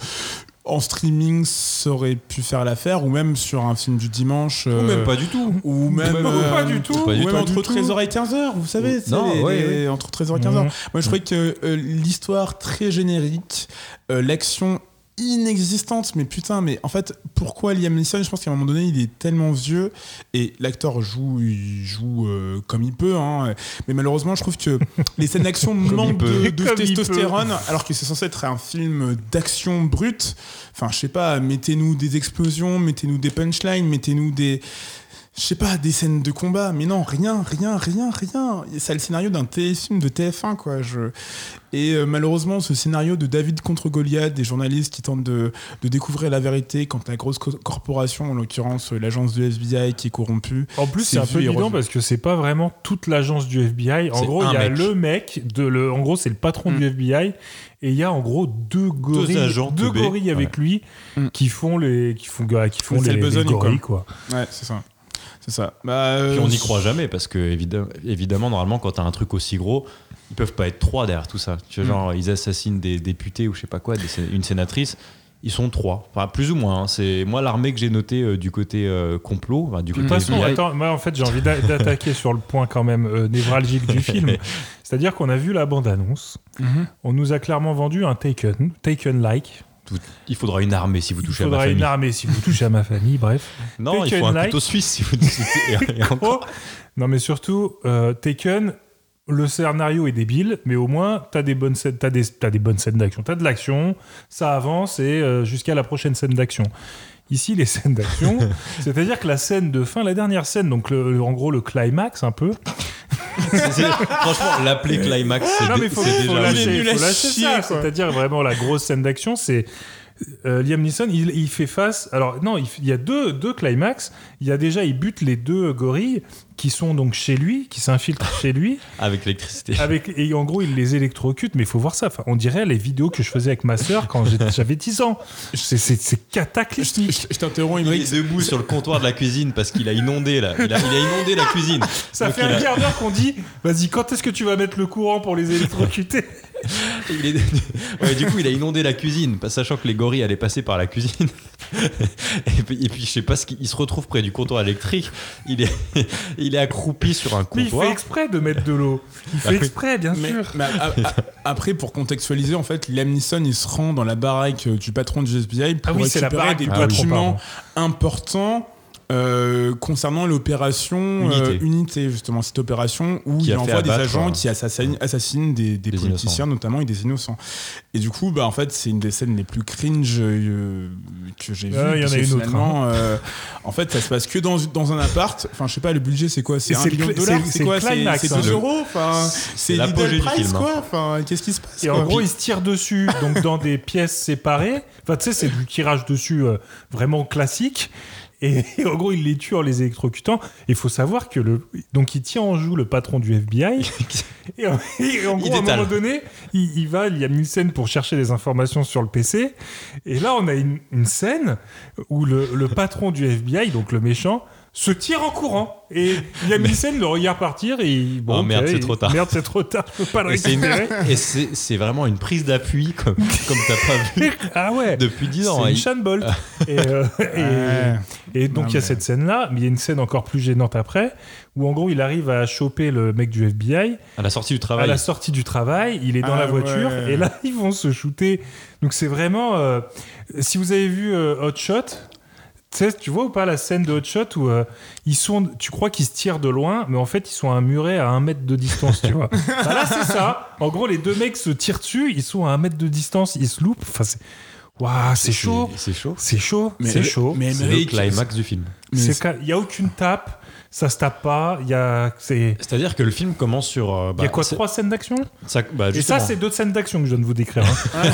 S4: en streaming, ça aurait pu faire l'affaire, ou même sur un film du dimanche. euh,
S1: du tout.
S4: Ou même,
S1: Ou
S4: euh,
S1: pas du tout.
S4: ou
S1: Pas du
S4: même
S1: tout.
S4: entre
S1: Pas du tout.
S4: 13h et 15h, vous savez, c'est
S1: Non,
S4: les-
S1: ouais, Mhm.
S4: les- entre 13h et 15h. Moi, je trouvais que euh, l'histoire très générique, euh, l'action inexistante, mais putain, mais en fait, pourquoi Liam Neeson Je pense qu'à un moment donné, il est tellement vieux et l'acteur joue, il joue euh, comme il peut, hein. mais malheureusement, je trouve que les scènes d'action manquent
S1: peut.
S4: de, de
S3: Comme il
S4: testostérone, alors que c'est censé être un film d'action brute. Enfin, je sais pas, mettez-nous des explosions, mettez-nous des punchlines, mettez-nous des je sais pas, des scènes de combat, mais non, rien, rien, rien, rien. C'est le scénario d'un téléfilm de TF1, quoi. Je... Et euh, malheureusement, ce scénario de David contre Goliath, des journalistes qui tentent de, de découvrir la vérité quand la grosse co- corporation, en l'occurrence euh, l'agence du FBI qui est corrompue,
S3: En plus,
S4: C'est
S3: c'est un
S4: vu
S3: peu
S4: et
S3: évident
S4: revu.
S3: parce que c'est pas vraiment toute l'agence du FBI. En
S1: C'est
S3: gros,
S1: un
S3: il y a
S1: mec.
S3: le mec de le, en gros, c'est le patron du FBI et il y a en gros deux gorilles,
S1: agents
S3: deux
S1: teubés.
S3: gorilles avec lui
S4: Mm.
S3: qui font les, qui font, bah, qui font
S4: C'est
S3: les,
S4: le
S3: les
S4: besogne, quoi.
S3: gorilles quoi.
S4: ouais, c'est ça. C'est ça. Bah, euh,
S1: Puis on n'y croit jamais parce que évidemment, évidemment normalement quand t'as un truc aussi gros ils peuvent pas être trois derrière tout ça tu vois,
S3: Mm.
S1: genre ils assassinent des députés ou je sais pas quoi des sé- une sénatrice ils sont trois enfin plus ou moins hein. c'est moi l'armée que j'ai notée euh, du côté euh, complot enfin, du
S3: De
S1: côté
S3: toute façon,
S1: FBI.
S3: attends, moi en fait j'ai envie d'a- d'attaquer sur le point quand même euh, névralgique du film. C'est-à-dire qu'on a vu la bande-annonce,
S4: Mhm.
S3: on nous a clairement vendu un Taken, Taken-like.
S1: Tout- il faudra une armée si vous
S3: Il
S1: touchez à ma
S3: faudra
S1: famille
S3: une armée si vous touchez à ma famille, bref.
S1: non il faut un
S3: Taken-like.
S1: couteau suisse si vous touchez et encore
S3: Oh. Non mais surtout, euh, Taken, le scénario est débile, mais au moins t'as des bonnes scènes, t'as des, t'as des bonnes scènes d'action, t'as de l'action, ça avance et euh, jusqu'à la prochaine scène d'action. Ici, les scènes d'action, c'est-à-dire que la scène de fin, la dernière scène, donc le- le- en gros le climax un peu,
S1: C'est- c'est- franchement l'appeler climax c'est
S3: Non,
S1: dé-
S3: mais faut,
S1: c'est
S3: faut
S1: déjà
S3: lâcher,
S4: nul à
S3: faut lâcher
S4: chier,
S3: ça.
S4: quoi.
S3: C'est-à-dire vraiment la grosse scène d'action, c'est euh, Liam Neeson, il, il fait face. Alors non, il, f- il y a deux, deux climax. Il y a déjà, il bute les deux gorilles qui sont donc chez lui, qui s'infiltrent chez lui.
S1: avec l'électricité
S3: Avec, et en gros, il les électrocute, mais il faut voir ça. Enfin, on dirait les vidéos que je faisais avec ma sœur quand j'étais- j'avais 10 ans. C'est- C'est c'est
S4: Je,
S3: cataclysmique.
S4: je- je t'interromps,
S1: il
S4: Imric.
S1: est debout sur le comptoir de la cuisine parce qu'il a inondé là. Il a, il a inondé la cuisine.
S3: Ça
S1: Donc
S3: fait
S1: il
S3: un
S1: a-
S3: quart d'heure qu'on dit, vas-y, quand est-ce que tu vas mettre le courant pour les électrocuter
S1: Il est- ouais, du coup, il a inondé la cuisine, pas sachant que les gorilles allaient passer par la cuisine. Et puis, et puis, je sais pas ce qu'il il se retrouve près du comptoir électrique. Il est, il est accroupi sur un
S3: Mais il fait
S1: comptoir.
S3: exprès de mettre de l'eau. Il fait
S1: oui.
S3: exprès, bien
S4: Mais,
S3: sûr.
S4: mais a- a- après, pour contextualiser, en fait, Liam Neeson, il se rend dans la baraque euh, du patron du FBI pour
S3: Ah oui, c'est la
S4: récupérer
S3: baraque
S4: des
S3: du patron,
S4: documents importants Euh, concernant l'opération
S1: Unité.
S4: euh, Unité, justement, cette opération où
S1: Qui a
S4: il
S1: fait
S4: envoie des
S1: abattre,
S4: agents
S1: euh,
S4: qui assassinent, assassinent des, des
S1: des
S4: politiciens, notamment, et des innocents. Et du coup, bah, en fait, c'est une des scènes les plus cringe euh, que j'ai vues.
S3: Ah, il y en
S4: parce
S3: a
S4: que
S3: une autre,
S4: finalement, euh, en fait, ça se passe que dans, dans un appart. Enfin, je sais pas, le budget, c'est quoi C'est
S3: Et
S4: 1
S3: c'est le
S4: million de
S3: cl-
S4: dollars
S3: c'est-
S4: C'est
S3: c'est
S4: quoi
S3: le
S4: C'est
S3: climax,
S4: c'est
S3: hein.
S4: 2 euros Enfin, c'est
S1: l'apogée
S4: Lidl
S1: du
S4: Price,
S1: film, hein.
S4: quoi Enfin, qu'est-ce qui se passe
S3: Et en
S4: quoi
S3: gros, ils se tirent dessus, donc dans des pièces séparées. Enfin, tu sais, c'est du tirage dessus euh, vraiment classique. Et, et en gros, ils les tuent en les électrocutant. Il faut savoir que le. Donc, il tient en joue le patron du FBI. Et en, et en gros, à un
S1: détale.
S3: moment donné, il, il va, il y a une scène pour chercher des informations sur le PC. Et là, on a une, une scène où le, le patron du FBI, donc le méchant, se tire en courant. Et Yamilsen le regarde partir et il- bon,
S1: Oh, merde,
S3: ok,
S1: c'est
S3: il-
S1: trop tard.
S3: Merde, c'est trop tard, je peux pas le
S1: Et c'est une-
S3: récupérer.
S1: et c'est c'est vraiment une prise d'appui comme, comme t'as pas vu
S3: Ah ouais.
S1: depuis 10 ans.
S3: C'est une
S1: Il- Ah.
S3: chaîne Bolt. et, euh,
S4: Ouais.
S3: et- et donc
S4: Non,
S3: il y a
S4: mais-
S3: cette scène-là, mais il y a une scène encore plus gênante après, où en gros il arrive à choper le mec du FBI
S1: à la sortie du
S3: à
S1: travail,
S3: la sortie du travail, il est dans
S4: Ah
S3: la voiture,
S4: ouais.
S3: et là ils vont se shooter. Donc c'est vraiment... euh, si vous avez vu euh, Hot Shot... tu sais, tu vois ou pas la scène de Hot Shot où euh, ils sont, tu crois qu'ils se tirent de loin, mais en fait ils sont à un muret à un mètre de distance, tu vois. Bah là c'est ça. En gros les deux mecs se tirent dessus, ils sont à un mètre de distance, ils se loupent. Enfin c'est, waouh c'est chaud.
S1: C'est chaud.
S3: C'est chaud,
S4: Mais-
S3: c'est chaud.
S4: mais-
S1: C'est le
S4: Eric,
S1: climax du film.
S4: mais-
S3: Il n'y a aucune tape, ça se tape pas, il y a, c'est-
S1: C'est-à-dire que le film commence sur. euh,
S3: y
S1: bah,
S3: a quoi,
S1: c'est-
S3: trois scènes d'action
S1: ça- bah,
S3: Et ça,
S1: justement.
S3: c'est deux scènes d'action que je viens de vous décrire. hein.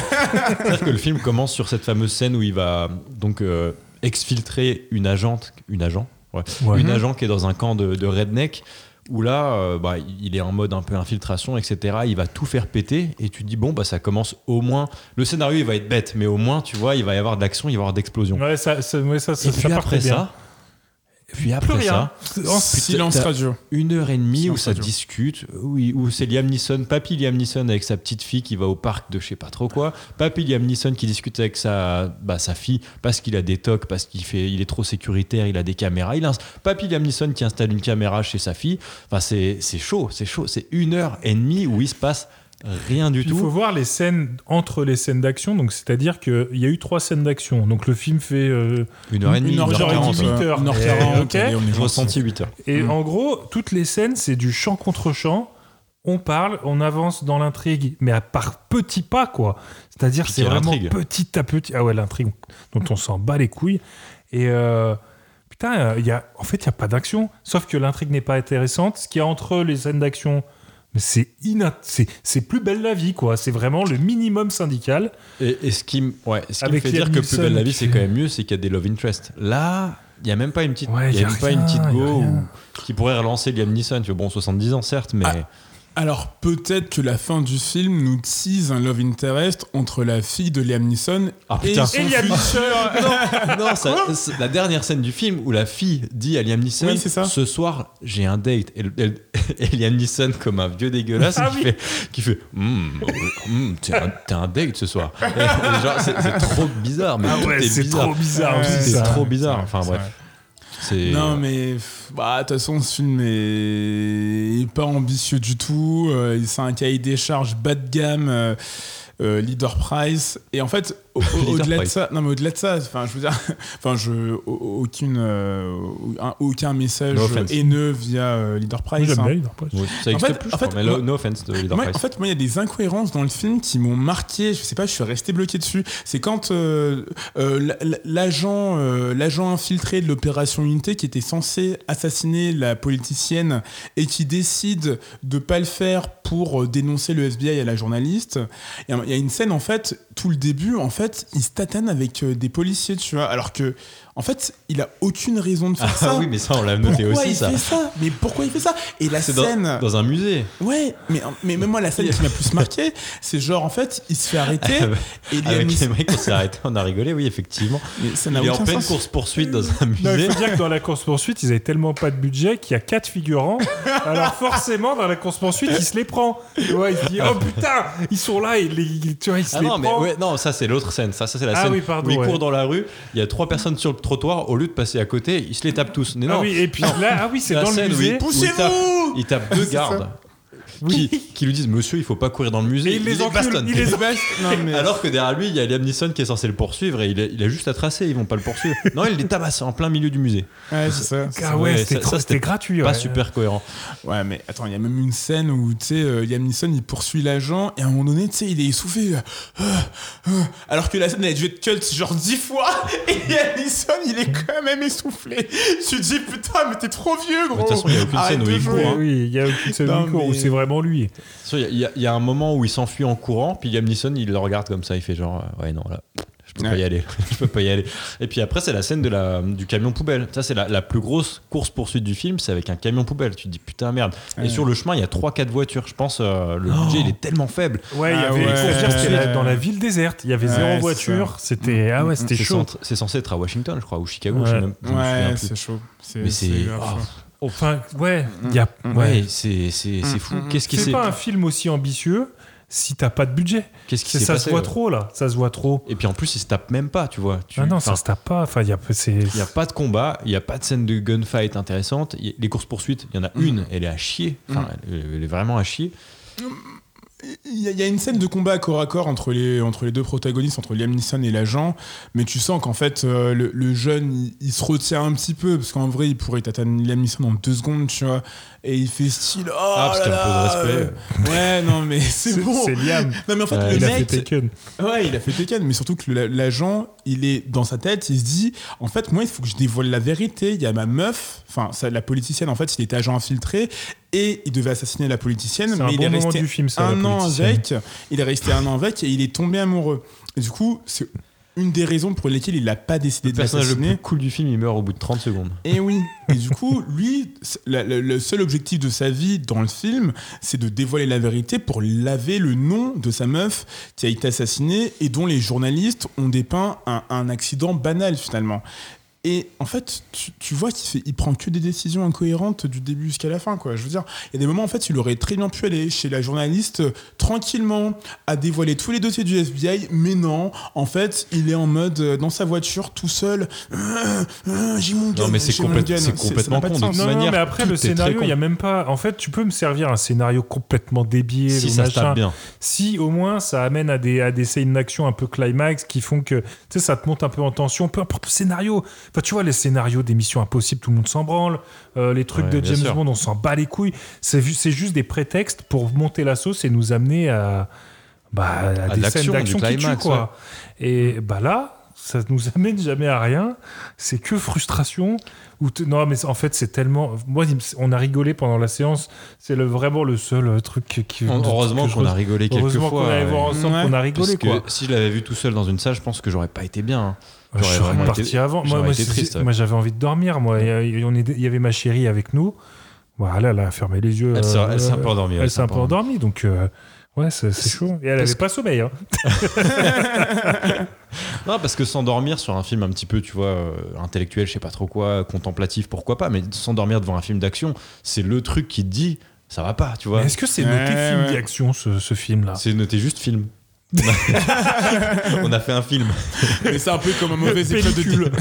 S1: C'est-à-dire que le film commence sur cette fameuse scène où il va donc euh, exfiltrer une agente, une agent, ouais,
S3: Ouais.
S1: une
S3: Mhm.
S1: agent qui est dans un camp de, de redneck. Où là, euh, bah, il est en mode un peu infiltration, etc. Il va tout faire péter et tu te dis bon bah ça commence au moins. Le scénario il va être bête, mais au moins tu vois il va y avoir de l'action, il va y avoir d'explosion.
S3: ouais, ça, ça, ouais, ça, ça,
S1: et
S3: ça
S1: puis
S3: partait
S1: après
S3: bien.
S1: ça, puis
S3: plus
S1: après
S3: rien.
S1: ça,
S3: En-
S4: Silence
S1: Putain, t'as-
S4: radio.
S1: une heure et demie
S4: Silence
S1: où ça
S4: radio.
S1: discute, où, il- où c'est Liam Neeson, papy Liam Neeson avec sa petite fille qui va au parc de je sais pas trop quoi, papy Liam Neeson qui discute avec sa, bah, sa fille parce qu'il a des tocs, parce qu'il fait, il est trop sécuritaire, il a des caméras, il a un- papy Liam Neeson qui installe une caméra chez sa fille, enfin c'est c'est chaud, c'est chaud, c'est une heure et demie où il se passe rien du
S3: Il faut
S1: tout.
S3: voir les scènes entre les scènes d'action, donc c'est-à-dire qu'il y a eu trois scènes d'action. Donc le film fait euh,
S1: Une heure et demie,
S4: Une
S1: une heure
S4: heure
S3: et demie,
S1: quarante.
S3: huit heures.
S4: Une heure
S3: Et-
S4: quarante,
S3: ok.
S4: allez, on est
S1: Je
S4: gentil.
S1: ressentis 8 heures.
S3: Et
S4: Mm.
S3: en gros, toutes les scènes, c'est du chant contre chant. On parle, on avance dans l'intrigue, mais à par petits pas, quoi. C'est-à-dire,
S1: Puis
S3: c'est
S1: il y a
S3: vraiment
S1: l'intrigue.
S3: petit à petit. Ah ouais, l'intrigue dont on s'en bat les couilles. Et euh, putain, euh, il y a, en fait, il n'y a pas d'action. Sauf que l'intrigue n'est pas intéressante. Ce qu'il y a entre les scènes d'action, mais c'est ina- c'est- c'est plus belle la vie, quoi. C'est vraiment le minimum syndical.
S1: Et, et ce qui, m- ouais, ce qui me
S3: Avec
S1: fait
S3: Liam
S1: dire que
S3: Neeson
S1: plus belle la vie,
S3: qui
S1: c'est
S3: fait-
S1: quand même mieux, c'est qu'il y a des love interest. Là, il y a même pas une petite,
S3: Ouais,
S1: il y a
S3: y a
S1: même pas une
S3: rien,
S1: petite
S3: y a
S1: go
S3: rien.
S1: où- qui pourrait relancer Liam Neeson. Tu vois, bon, 70 ans certes, mais
S3: Ah.
S4: Alors peut-être que la fin du film nous tease un love interest entre la fille de Liam Neeson
S1: Ah,
S4: et
S1: putain.
S4: son
S3: Et il y a
S4: futur-
S3: Ah
S1: non, ça- c'est la dernière scène du film où la fille dit à Liam Neeson,
S4: Oui, c'est ça.
S1: ce soir j'ai un date. Et, le- et le- et Liam Neeson comme un vieux dégueulasse
S3: Ah
S1: qui,
S3: oui.
S1: fait, qui fait, Hmm, hmm, t'es un, t'es un date ce soir. Et- et genre, c'est c'est trop bizarre,
S3: Ah
S1: mais tout est bizarre.
S3: bizarre
S4: Ouais,
S3: aussi,
S1: C'est
S3: ça.
S1: trop bizarre.
S4: Ouais,
S1: Enfin
S4: c'est
S1: bref,
S4: vrai.
S1: c'est
S4: Non mais pff, bah de toute façon ce film est pas ambitieux du tout. Euh, c'est un cahier des charges bas de gamme. euh, euh, leader price et en fait au- au-
S1: Leader
S4: au-delà de
S1: Price.
S4: ça non mais au-delà de ça enfin je veux dire enfin je au- au- aucune euh, un- aucun message
S1: No offense.
S4: haineux via euh, leader
S3: Oui,
S4: price
S3: j'aime
S4: hein.
S3: bien, il en passe.
S1: Oui, ça
S4: En
S1: existe
S4: fait-
S1: plus,
S4: en
S1: je crois,
S4: fait,
S1: mais no,
S4: moi-
S1: no offense de Leader
S4: Moi,
S1: Price.
S4: en fait, moi, il y a des incohérences dans le film qui m'ont marqué. Je sais pas, je suis resté bloqué dessus. C'est quand euh, euh, l- l- l'agent, euh, l'agent infiltré de l'opération Unité, qui était censé assassiner la politicienne et qui décide de pas le faire pour euh, dénoncer le FBI à la journaliste. Il y a- il y a une scène, en fait, tout le début, en fait, il se tatane avec euh, des policiers, tu vois, alors que, en fait, il a aucune raison de faire
S1: ah
S4: ça.
S1: oui, mais ça, on l'a noté
S4: Pourquoi
S1: aussi,
S4: il
S1: ça.
S4: fait ça Mais pourquoi il fait ça Et la
S1: C'est dans,
S4: scène
S1: dans un musée.
S4: Ouais, mais, mais même moi, la scène qui m'a plus marqué, c'est genre, en fait, il se fait arrêter et Liam
S1: Ah Avec les
S4: Neeson-
S1: mecs, on s'est arrêté, on a rigolé, oui, effectivement.
S4: Mais ça
S1: Il
S4: n'a
S1: est en
S4: aucun
S1: pleine
S4: sens.
S1: course-poursuite dans un
S3: Non, il
S1: musée.
S3: faut dire que dans la course-poursuite, ils avaient tellement pas de budget qu'il y a quatre figurants. Alors forcément, dans la course-poursuite, il se les prend. Tu vois, il se dit Oh putain, ils sont là, il les- tu vois, il se
S1: Ah
S3: les
S1: non, mais
S3: prend.
S1: ouais, non, ça c'est l'autre scène. Ça, ça c'est la
S3: Ah
S1: scène
S3: oui, pardon,
S1: où il
S3: ouais.
S1: court dans la rue, il y a trois personnes sur le trottoir, au lieu de passer à côté, ils se les tapent tous. Mais
S3: Ah
S1: non,
S3: oui, et puis là, ah oui, c'est
S1: la
S3: dans le
S1: scène où
S3: musée.
S1: il- où il tape-
S4: Poussez-vous
S1: il tape deux
S4: C'est
S1: gardes. qui, qui lui disent Monsieur, il faut pas courir dans le musée.
S3: Et il les encule,
S1: bastonne.
S3: il les
S4: Non, mais-
S1: Alors que derrière lui, il y a Liam Neeson qui est censé le poursuivre et il a, il a juste à tracer, ils vont pas le poursuivre. Non, il les tabasse en plein milieu du musée.
S4: Ouais, c'est ça.
S3: Ah ouais,
S1: Ouais,
S3: c'était
S1: ça-
S3: trop-
S1: ça,
S3: c'était
S1: c'était
S3: gratuit.
S1: Pas
S3: ouais.
S1: super cohérent.
S4: Ouais, mais attends, il y a même une scène où, tu sais, euh, Liam Neeson, il poursuit l'agent, et à un moment donné, tu sais, il est essoufflé. là. Ah, ah. alors que la scène, elle a dû être cut genre dix fois, et Liam Neeson, il est quand même essoufflé. Tu te dis, putain, mais t'es trop vieux, gros.
S1: De toute façon, il y a aucune
S4: Arrête
S1: scène où
S4: de
S1: il
S4: jouer.
S1: court, hein.
S3: Oui, il y a aucune scène
S4: Non,
S3: du cours où
S4: mais-
S3: c'est vraiment lui.
S1: Sûr, Il y a- il y, a- il y a un moment où il s'enfuit en courant, puis Liam Neeson il le regarde comme ça, il fait genre euh, ouais non là je peux pas
S4: Ouais.
S1: y aller, je peux pas y aller. Et puis après c'est la scène de la du camion poubelle. Ça c'est la, la plus grosse course poursuite du film, c'est avec un camion poubelle. Tu te dis putain merde. Et sur le chemin il y a 3-4 voitures, je pense euh, le budget il est tellement faible.
S3: Ouais, il y
S4: Ah
S3: avait
S4: ouais.
S3: pour dire que c'était
S4: Ouais.
S3: dans la ville déserte, il y avait zéro
S4: Ouais, c'est
S3: voiture, c'était ah ouais, c'était
S1: C'est
S3: chaud.
S1: censé- C'est censé être à Washington je crois ou Chicago.
S3: Ouais.
S1: je sais même- je me souviens
S4: Ouais,
S1: plus.
S4: c'est chaud. C'est,
S1: Mais c'est
S4: grave
S1: oh,
S4: chaud.
S3: Enfin, ouais, il y a
S1: Mm. ouais c'est c'est c'est fou.
S4: Mm, mm,
S1: Qu'est-ce qui
S3: C'est
S1: s'est
S3: pas un film aussi ambitieux si t'as pas de budget.
S1: qu'est-ce qui
S3: C'est-
S1: s'est
S3: ça
S1: passé
S3: se voit
S1: ouais.
S3: trop là, ça se voit trop.
S1: Et puis en plus il se tape même pas tu vois. Tu-
S3: Ah non,
S1: enfin,
S3: ça se tape pas. Enfin, il y a c'est
S1: Il n'y a pas de combat, il n'y a pas de scène de gunfight intéressante. Il y a- les courses-poursuites, il y en a
S3: Mm.
S1: une, elle est à chier. Enfin, elle, elle est vraiment à chier.
S4: Il y, a- il y a une scène de combat à corps à corps entre les, entre les deux protagonistes, entre Liam Neeson et l'agent, mais tu sens qu'en fait, euh, le, le jeune, il, il se retient un petit peu, parce qu'en vrai, il pourrait t'atteindre Liam Neeson en deux secondes, tu vois, et il fait style. Oh
S1: Ah, parce
S4: là
S1: qu'il y a un peu de
S4: là,
S1: respect.
S4: euh, Ouais, non, mais c'est bon.
S3: c'est Liam.
S4: Non, mais en fait,
S1: Ouais,
S4: le
S3: Il a fait
S4: mec.
S3: Taken.
S4: ouais, il a fait Tekken, mais surtout que le- l'agent, il est dans sa tête, il se dit, en fait, moi, il faut que je dévoile la vérité. Il y a ma meuf, enfin, ça, la politicienne, en fait, il était agent infiltré, et il devait assassiner la politicienne,
S3: C'est
S4: mais
S3: un
S4: il
S3: bon
S4: est
S3: moment
S4: resté
S3: du film, ça,
S4: un
S3: la
S4: an
S3: politicienne.
S4: avec. Il est resté un an avec et il est tombé amoureux. Et du coup, c'est une des raisons pour lesquelles il n'a pas décidé
S1: Le
S4: de
S1: personnage le plus
S4: l'assassiner.
S1: cool du film, il meurt au bout de 30 secondes.
S4: Et Eh oui. Et du coup, lui, c'est- la- la- le seul objectif de sa vie dans le film, c'est de dévoiler la vérité pour laver le nom de sa meuf qui a été assassinée et dont les journalistes ont dépeint un, un accident banal finalement. Et en fait, tu, tu vois qu'il fait- il prend que des décisions incohérentes du début jusqu'à la fin, quoi. Je veux dire, il y a des moments, en fait, il aurait très bien pu aller chez la journaliste euh, tranquillement, à dévoiler tous les dossiers du FBI, mais non, en fait, il est en mode euh, dans sa voiture, tout seul. Euh, euh, J'ai mon gun,
S1: mais c'est
S4: j'ai mon
S1: complète-
S4: gun.
S1: c'est
S4: ça
S1: complètement
S4: n'a pas de
S1: con, de
S4: sens. hein.
S1: toute
S3: Non, non,
S1: manière,
S3: mais après
S1: tout
S3: le
S1: est très
S3: scénario, il y a
S1: con.
S3: même pas. En fait, tu peux me servir un scénario complètement débié,
S1: Si
S3: ou
S1: ça se
S3: machin.
S1: tape bien.
S3: si au moins ça amène à des, à des scènes d'action un peu climax qui font que tu sais, ça te monte un peu en tension, peu importe le scénario. Enfin, tu vois, les scénarios des missions impossibles, tout le monde s'en branle. Euh, les trucs
S1: Ouais,
S3: de
S1: bien
S3: James
S1: sûr.
S3: Bond, on s'en bat les couilles. C'est ju- c'est juste des prétextes pour monter la sauce et nous amener à, bah, à
S1: À de
S3: des scènes
S1: l'action, du
S3: d'action qui tuent,
S1: climax, Mm.
S3: quoi. Et bah là, ça nous amène jamais à rien. C'est que frustration. Ou te- non, mais en fait, c'est tellement. Moi, il me- on a rigolé pendant la séance. C'est le, vraiment le seul euh, truc qui. que
S1: Heureusement
S3: je
S1: qu'on a rigolé quelques
S3: Heureusement qu'on
S1: fois.
S3: allait voir
S1: ouais.
S3: ensemble,
S4: Ouais.
S3: qu'on a
S1: Parce
S3: rigolé
S1: que
S3: quoi.
S1: si je l'avais vu tout seul dans une salle, je pense que j'aurais pas été bien. hein.
S3: Je
S1: j'aurais
S3: suis
S1: vraiment
S3: reparti
S1: été-
S3: avant. Moi,
S1: j'aurais
S3: moi,
S1: été
S3: c'est-
S1: triste, ouais. Mm.
S3: moi, j'avais envie de dormir. Moi, il y a- il y en est- il y avait ma chérie avec nous. Voilà, elle a fermé les yeux.
S1: Elle s'est-
S3: euh,
S1: elle s'est un peu endormie,
S3: Elle,
S1: elle
S3: s'est un peu endormie, donc euh, ouais, c'est c'est chaud. Et elle
S1: parce
S3: avait pas sommeil. hein.
S1: Non, parce que s'endormir sur un film un petit peu, tu vois, euh, intellectuel, je sais pas trop quoi, contemplatif, pourquoi pas, mais s'endormir devant un film d'action, c'est le truc qui te dit ça va pas, tu vois.
S3: Mais Est-ce que c'est noté
S4: Ouais,
S3: film
S4: ouais.
S3: d'action ce, ce film-là
S1: C'est noté juste film. On a fait un film.
S4: Mais c'est un peu comme un mauvais épisode de.
S3: Pellicule.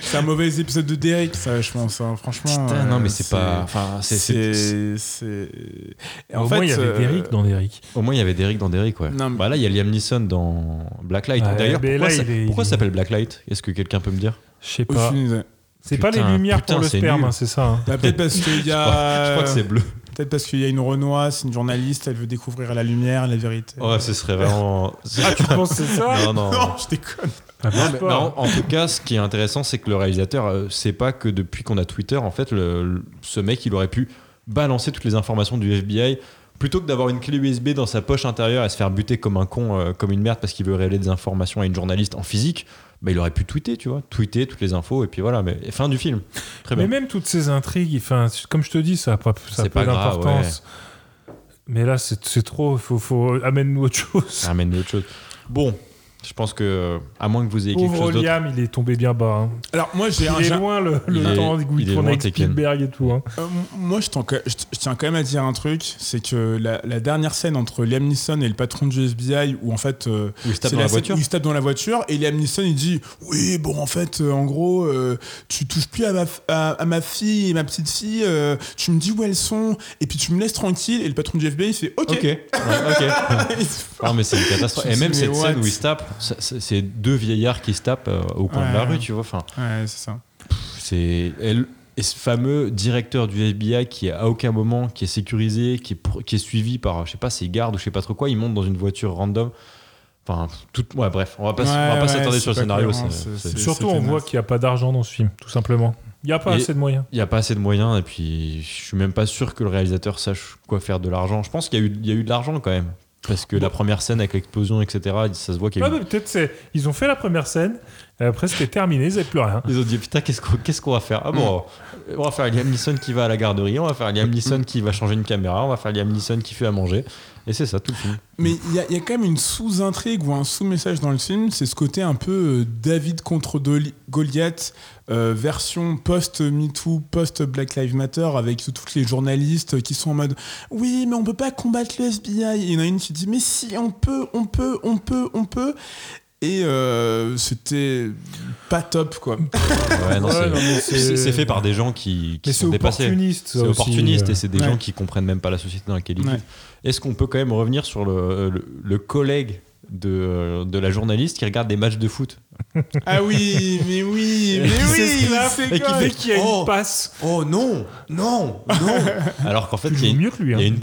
S4: c'est un mauvais épisode de Derek, ça, je pense. hein. Franchement.
S1: Putain, non,
S4: euh,
S1: mais c'est pas. Enfin, c'est- c'est- c'est-
S4: c'est- c'est- Et
S3: Au moins, il y avait
S4: euh,
S3: Derrick dans Derrick.
S1: Au moins, il y avait Derrick dans Derrick, ouais.
S4: Non, mais-
S1: Bah là, il y a Liam Neeson dans Blacklight.
S3: Ouais,
S1: D'ailleurs,
S3: mais
S1: pourquoi,
S3: là,
S1: ça,
S3: il est-
S1: pourquoi
S3: il est-
S1: ça s'appelle Blacklight Est-ce que quelqu'un peut me dire
S3: Je sais
S4: au
S3: pas.
S4: final,
S3: C'est pas les
S1: Putain,
S3: lumières
S1: putain,
S3: pour le
S1: c'est
S3: sperme,
S1: nul.
S3: hein, c'est ça. hein.
S4: Bah, peut-être parce qu'il y a.
S1: Je crois que
S3: Euh,
S1: c'est bleu.
S4: Peut-être parce qu'il y a une Renoir, c'est une journaliste, elle veut découvrir la lumière, la vérité.
S1: Ouais, ce serait vraiment.
S3: Ah, tu penses que c'est ça
S1: non, non.
S4: Non, je déconne.
S3: Ah,
S1: Non,
S3: je sais
S1: mais-
S3: pas.
S1: non, en tout cas, ce qui est intéressant, c'est que le réalisateur euh, sait pas que depuis qu'on a Twitter, en fait, le- le- ce mec, il aurait pu balancer toutes les informations du FBI plutôt que d'avoir une clé USB dans sa poche intérieure et se faire buter comme un con, euh, comme une merde parce qu'il veut révéler des informations à une journaliste en physique. Bah, il aurait pu tweeter, tu vois, tweeter toutes les infos et puis voilà. Mais et fin du film. Très bien.
S3: Mais même toutes ces intrigues, enfin, comme je te dis, ça a pas, ça a
S1: Ah C'est
S3: pas
S1: pas grave,
S3: d'importance. Mais là, c'est c'est trop. Faut, faut amène-nous autre chose.
S1: Ah, Ça ramène autre chose. Bon, Je pense que, euh, à moins que vous ayez quelque
S3: Pauvre
S1: chose d'autre.
S3: Liam, il est tombé bien bas. hein.
S4: Alors, moi, j'ai un.
S3: Il est
S4: j'ai un-
S3: loin le, le
S1: Il est-
S3: temps où
S1: il
S3: il
S1: est
S3: tourne
S1: loin,
S3: avec
S1: Tekken.
S3: Spielberg et tout. hein.
S4: Euh, moi, je, t'en- je t- je tiens quand même à dire un truc, c'est que la, la dernière scène entre Liam Neeson et le patron du FBI, où en fait, euh,
S1: Où il se tape
S4: c'est
S1: dans la
S4: scène
S1: voiture.
S4: où il se tape dans la voiture, et Liam Neeson il dit oui, bon en fait, euh, en gros, euh, tu touches plus à ma, f- à, à ma fille et ma petite fille, euh, tu me dis où elles sont, et puis tu me laisses tranquille, et le patron du FBI il fait ok.
S1: Ok. Ouais, ok.
S4: Il se fait-
S1: Non, mais c'est une catastrophe.
S4: Je
S1: Et
S4: me
S1: même
S4: dis, mais
S1: cette scène
S4: what
S1: où ils se tapent, ça- ça- c'est deux vieillards qui se tapent euh, au coin de la
S4: Ouais.
S1: rue, tu vois. Enfin,
S4: Ouais, c'est ça.
S1: c'est. elle- Et ce fameux directeur du FBI qui est à aucun moment, qui est sécurisé, qui est, pro- qui est suivi par, je sais pas, ses gardes ou je sais pas trop quoi, il monte dans une voiture random. Enfin, tout, ouais, bref, on va pas s- on va
S4: Ouais,
S1: pas
S4: ouais,
S1: s'attarder
S4: c'est
S1: sur le
S4: pas
S1: scénario.
S4: cohérent,
S1: c'est-
S4: c'est-
S1: c'est-
S4: c'est-
S3: Surtout, on
S4: c'était
S3: voit
S4: naze.
S3: qu'il n'y a pas d'argent dans ce film, tout simplement. Il n'y a pas
S1: Et-
S3: assez de moyens.
S1: Il n'y a pas assez de moyens et puis je suis même pas sûr que le réalisateur sache quoi faire de l'argent. Je pense qu'il y, a eu- il y a eu de l'argent quand même. Parce que la première scène avec l'explosion, etc., ça se voit qu'il y a
S3: Ouais,
S1: eu...
S3: Ah, mais peut-être c'est. Ils ont fait la première scène, et après c'était terminé, ils n'avaient plus rien.
S1: Ils ont dit putain qu'est-ce qu'on qu'est-ce qu'on va faire Ah bon, on va faire Liam Neeson qui va à la garderie, on va faire Liam Neeson qui va changer une caméra, on va faire Liam Neeson qui fait à manger. Et c'est ça tout le film.
S4: Mais il y, a- il y a quand même une sous-intrigue ou un sous-message dans le film, c'est ce côté un peu euh, David contre Doli- Goliath, euh, version post-MeToo, post-Black Lives Matter, avec toutes les journalistes qui sont en mode Oui, mais on peut pas combattre le FBI. Et il y en a une qui dit Mais si, on peut, on peut, on peut, on peut. Et euh, c'était pas top, quoi.
S1: Ouais, non,
S3: Ouais,
S1: c'est-
S3: non, mais c'est-
S1: c'est c'est fait par des gens qui, qui
S3: Mais c'est
S1: sont dépassés.
S3: opportuniste. ça
S1: C'est
S3: aussi,
S1: opportuniste
S3: euh.
S1: et c'est des
S4: ouais.
S1: gens qui comprennent même pas la société dans laquelle ils
S4: Ouais.
S1: vivent. Est-ce qu'on peut quand même revenir sur le, le- le collègue de, de la journaliste qui regarde des matchs de foot
S4: ah oui, mais oui, mais
S3: Et qui
S4: oui,
S3: s'esclave,
S4: c'est
S3: et qui
S4: quoi
S3: fait qu'il y a
S1: Oh.
S3: une passe.
S1: Oh non Non Non Alors qu'en fait,
S3: Tu
S1: il y a
S3: joues
S1: une-
S3: mieux que lui.
S1: il y a
S3: hein.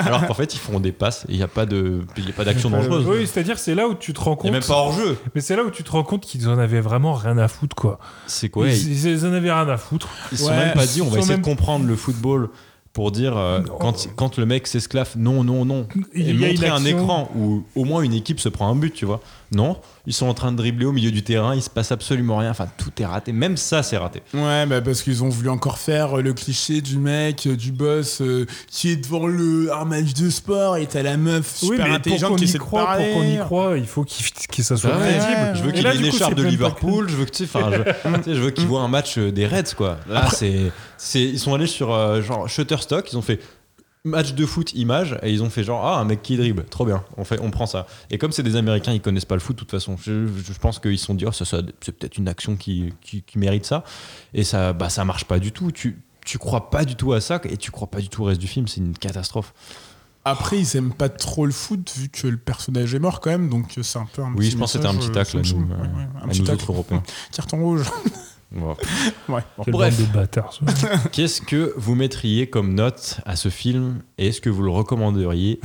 S1: une- Alors qu'en fait, ils font des passes et il n'y a pas de- il y a pas d'action dangereuse.
S3: Euh, Oui, c'est-à-dire c'est là où tu te rends compte.
S1: Il n'y a même pas hors-jeu.
S3: Mais c'est là où tu te rends compte qu'ils en avaient vraiment rien à foutre, quoi.
S1: C'est quoi Ils
S3: Ils, ils en avaient rien à foutre.
S1: ils se sont
S4: Ouais,
S1: même pas dit, on
S3: ils
S1: va
S3: sont
S1: essayer
S3: même-
S1: de comprendre le football pour dire euh,
S3: Non.
S1: quand, quand le mec s'esclave, non, non, non.
S3: Il
S1: Et
S3: y a une
S1: montrer un
S3: action.
S1: écran où au moins une équipe se prend un but, tu vois. Non, ils sont en train de dribbler au milieu du terrain, il se passe absolument rien. Enfin, tout est raté. Même ça, c'est raté.
S4: Ouais, bah parce qu'ils ont voulu encore faire euh, le cliché du mec, euh, du boss euh, qui est devant le un match de sport et t'as la meuf
S3: Oui,
S4: super
S3: mais pour
S4: intelligente
S3: qu'on
S4: qui
S3: y
S4: essaie de
S3: croit, pour
S4: parler.
S3: qu'on y croit, il faut qu'il que ça soit
S1: Ah Ouais, ouais.
S3: crédible.
S1: Je veux
S3: Et
S1: qu'il
S3: là,
S1: ait une
S3: du coup,
S1: écharpe
S3: c'est
S1: de
S3: plein de
S1: Liverpool, je veux que tu sais, enfin, je, tu sais, je veux qu'il voit un match euh, des Reds, quoi. Là, c'est, c'est, ils sont allés sur euh, genre Shutterstock, ils ont fait match de foot image et ils ont fait genre ah un mec qui dribble trop bien on fait on prend ça et comme c'est des américains ils connaissent pas le foot de toute façon je, je pense qu'ils se sont dit oh ça, ça, c'est peut-être une action qui, qui, qui mérite ça et ça bah ça marche pas du tout tu tu crois pas du tout à ça et tu crois pas du tout au reste du film c'est une catastrophe
S4: Après, ils aiment pas trop le foot vu que le personnage est mort quand même, donc euh, c'est un peu un
S1: oui
S4: petit
S1: je pense que c'était
S4: message,
S1: un petit
S4: euh,
S1: tacle à
S4: somme-
S1: nous,
S4: somme. Ouais, ouais,
S1: euh,
S4: un
S1: à
S4: petit
S1: nous
S4: tacle.
S1: autres européens
S4: Carton rouge.
S1: Voilà.
S4: ouais. bon.
S3: Quelle
S1: Bref.
S3: bande de bâtards. ça.
S1: Qu'est-ce que vous mettriez comme note à ce film et est-ce que vous le recommanderiez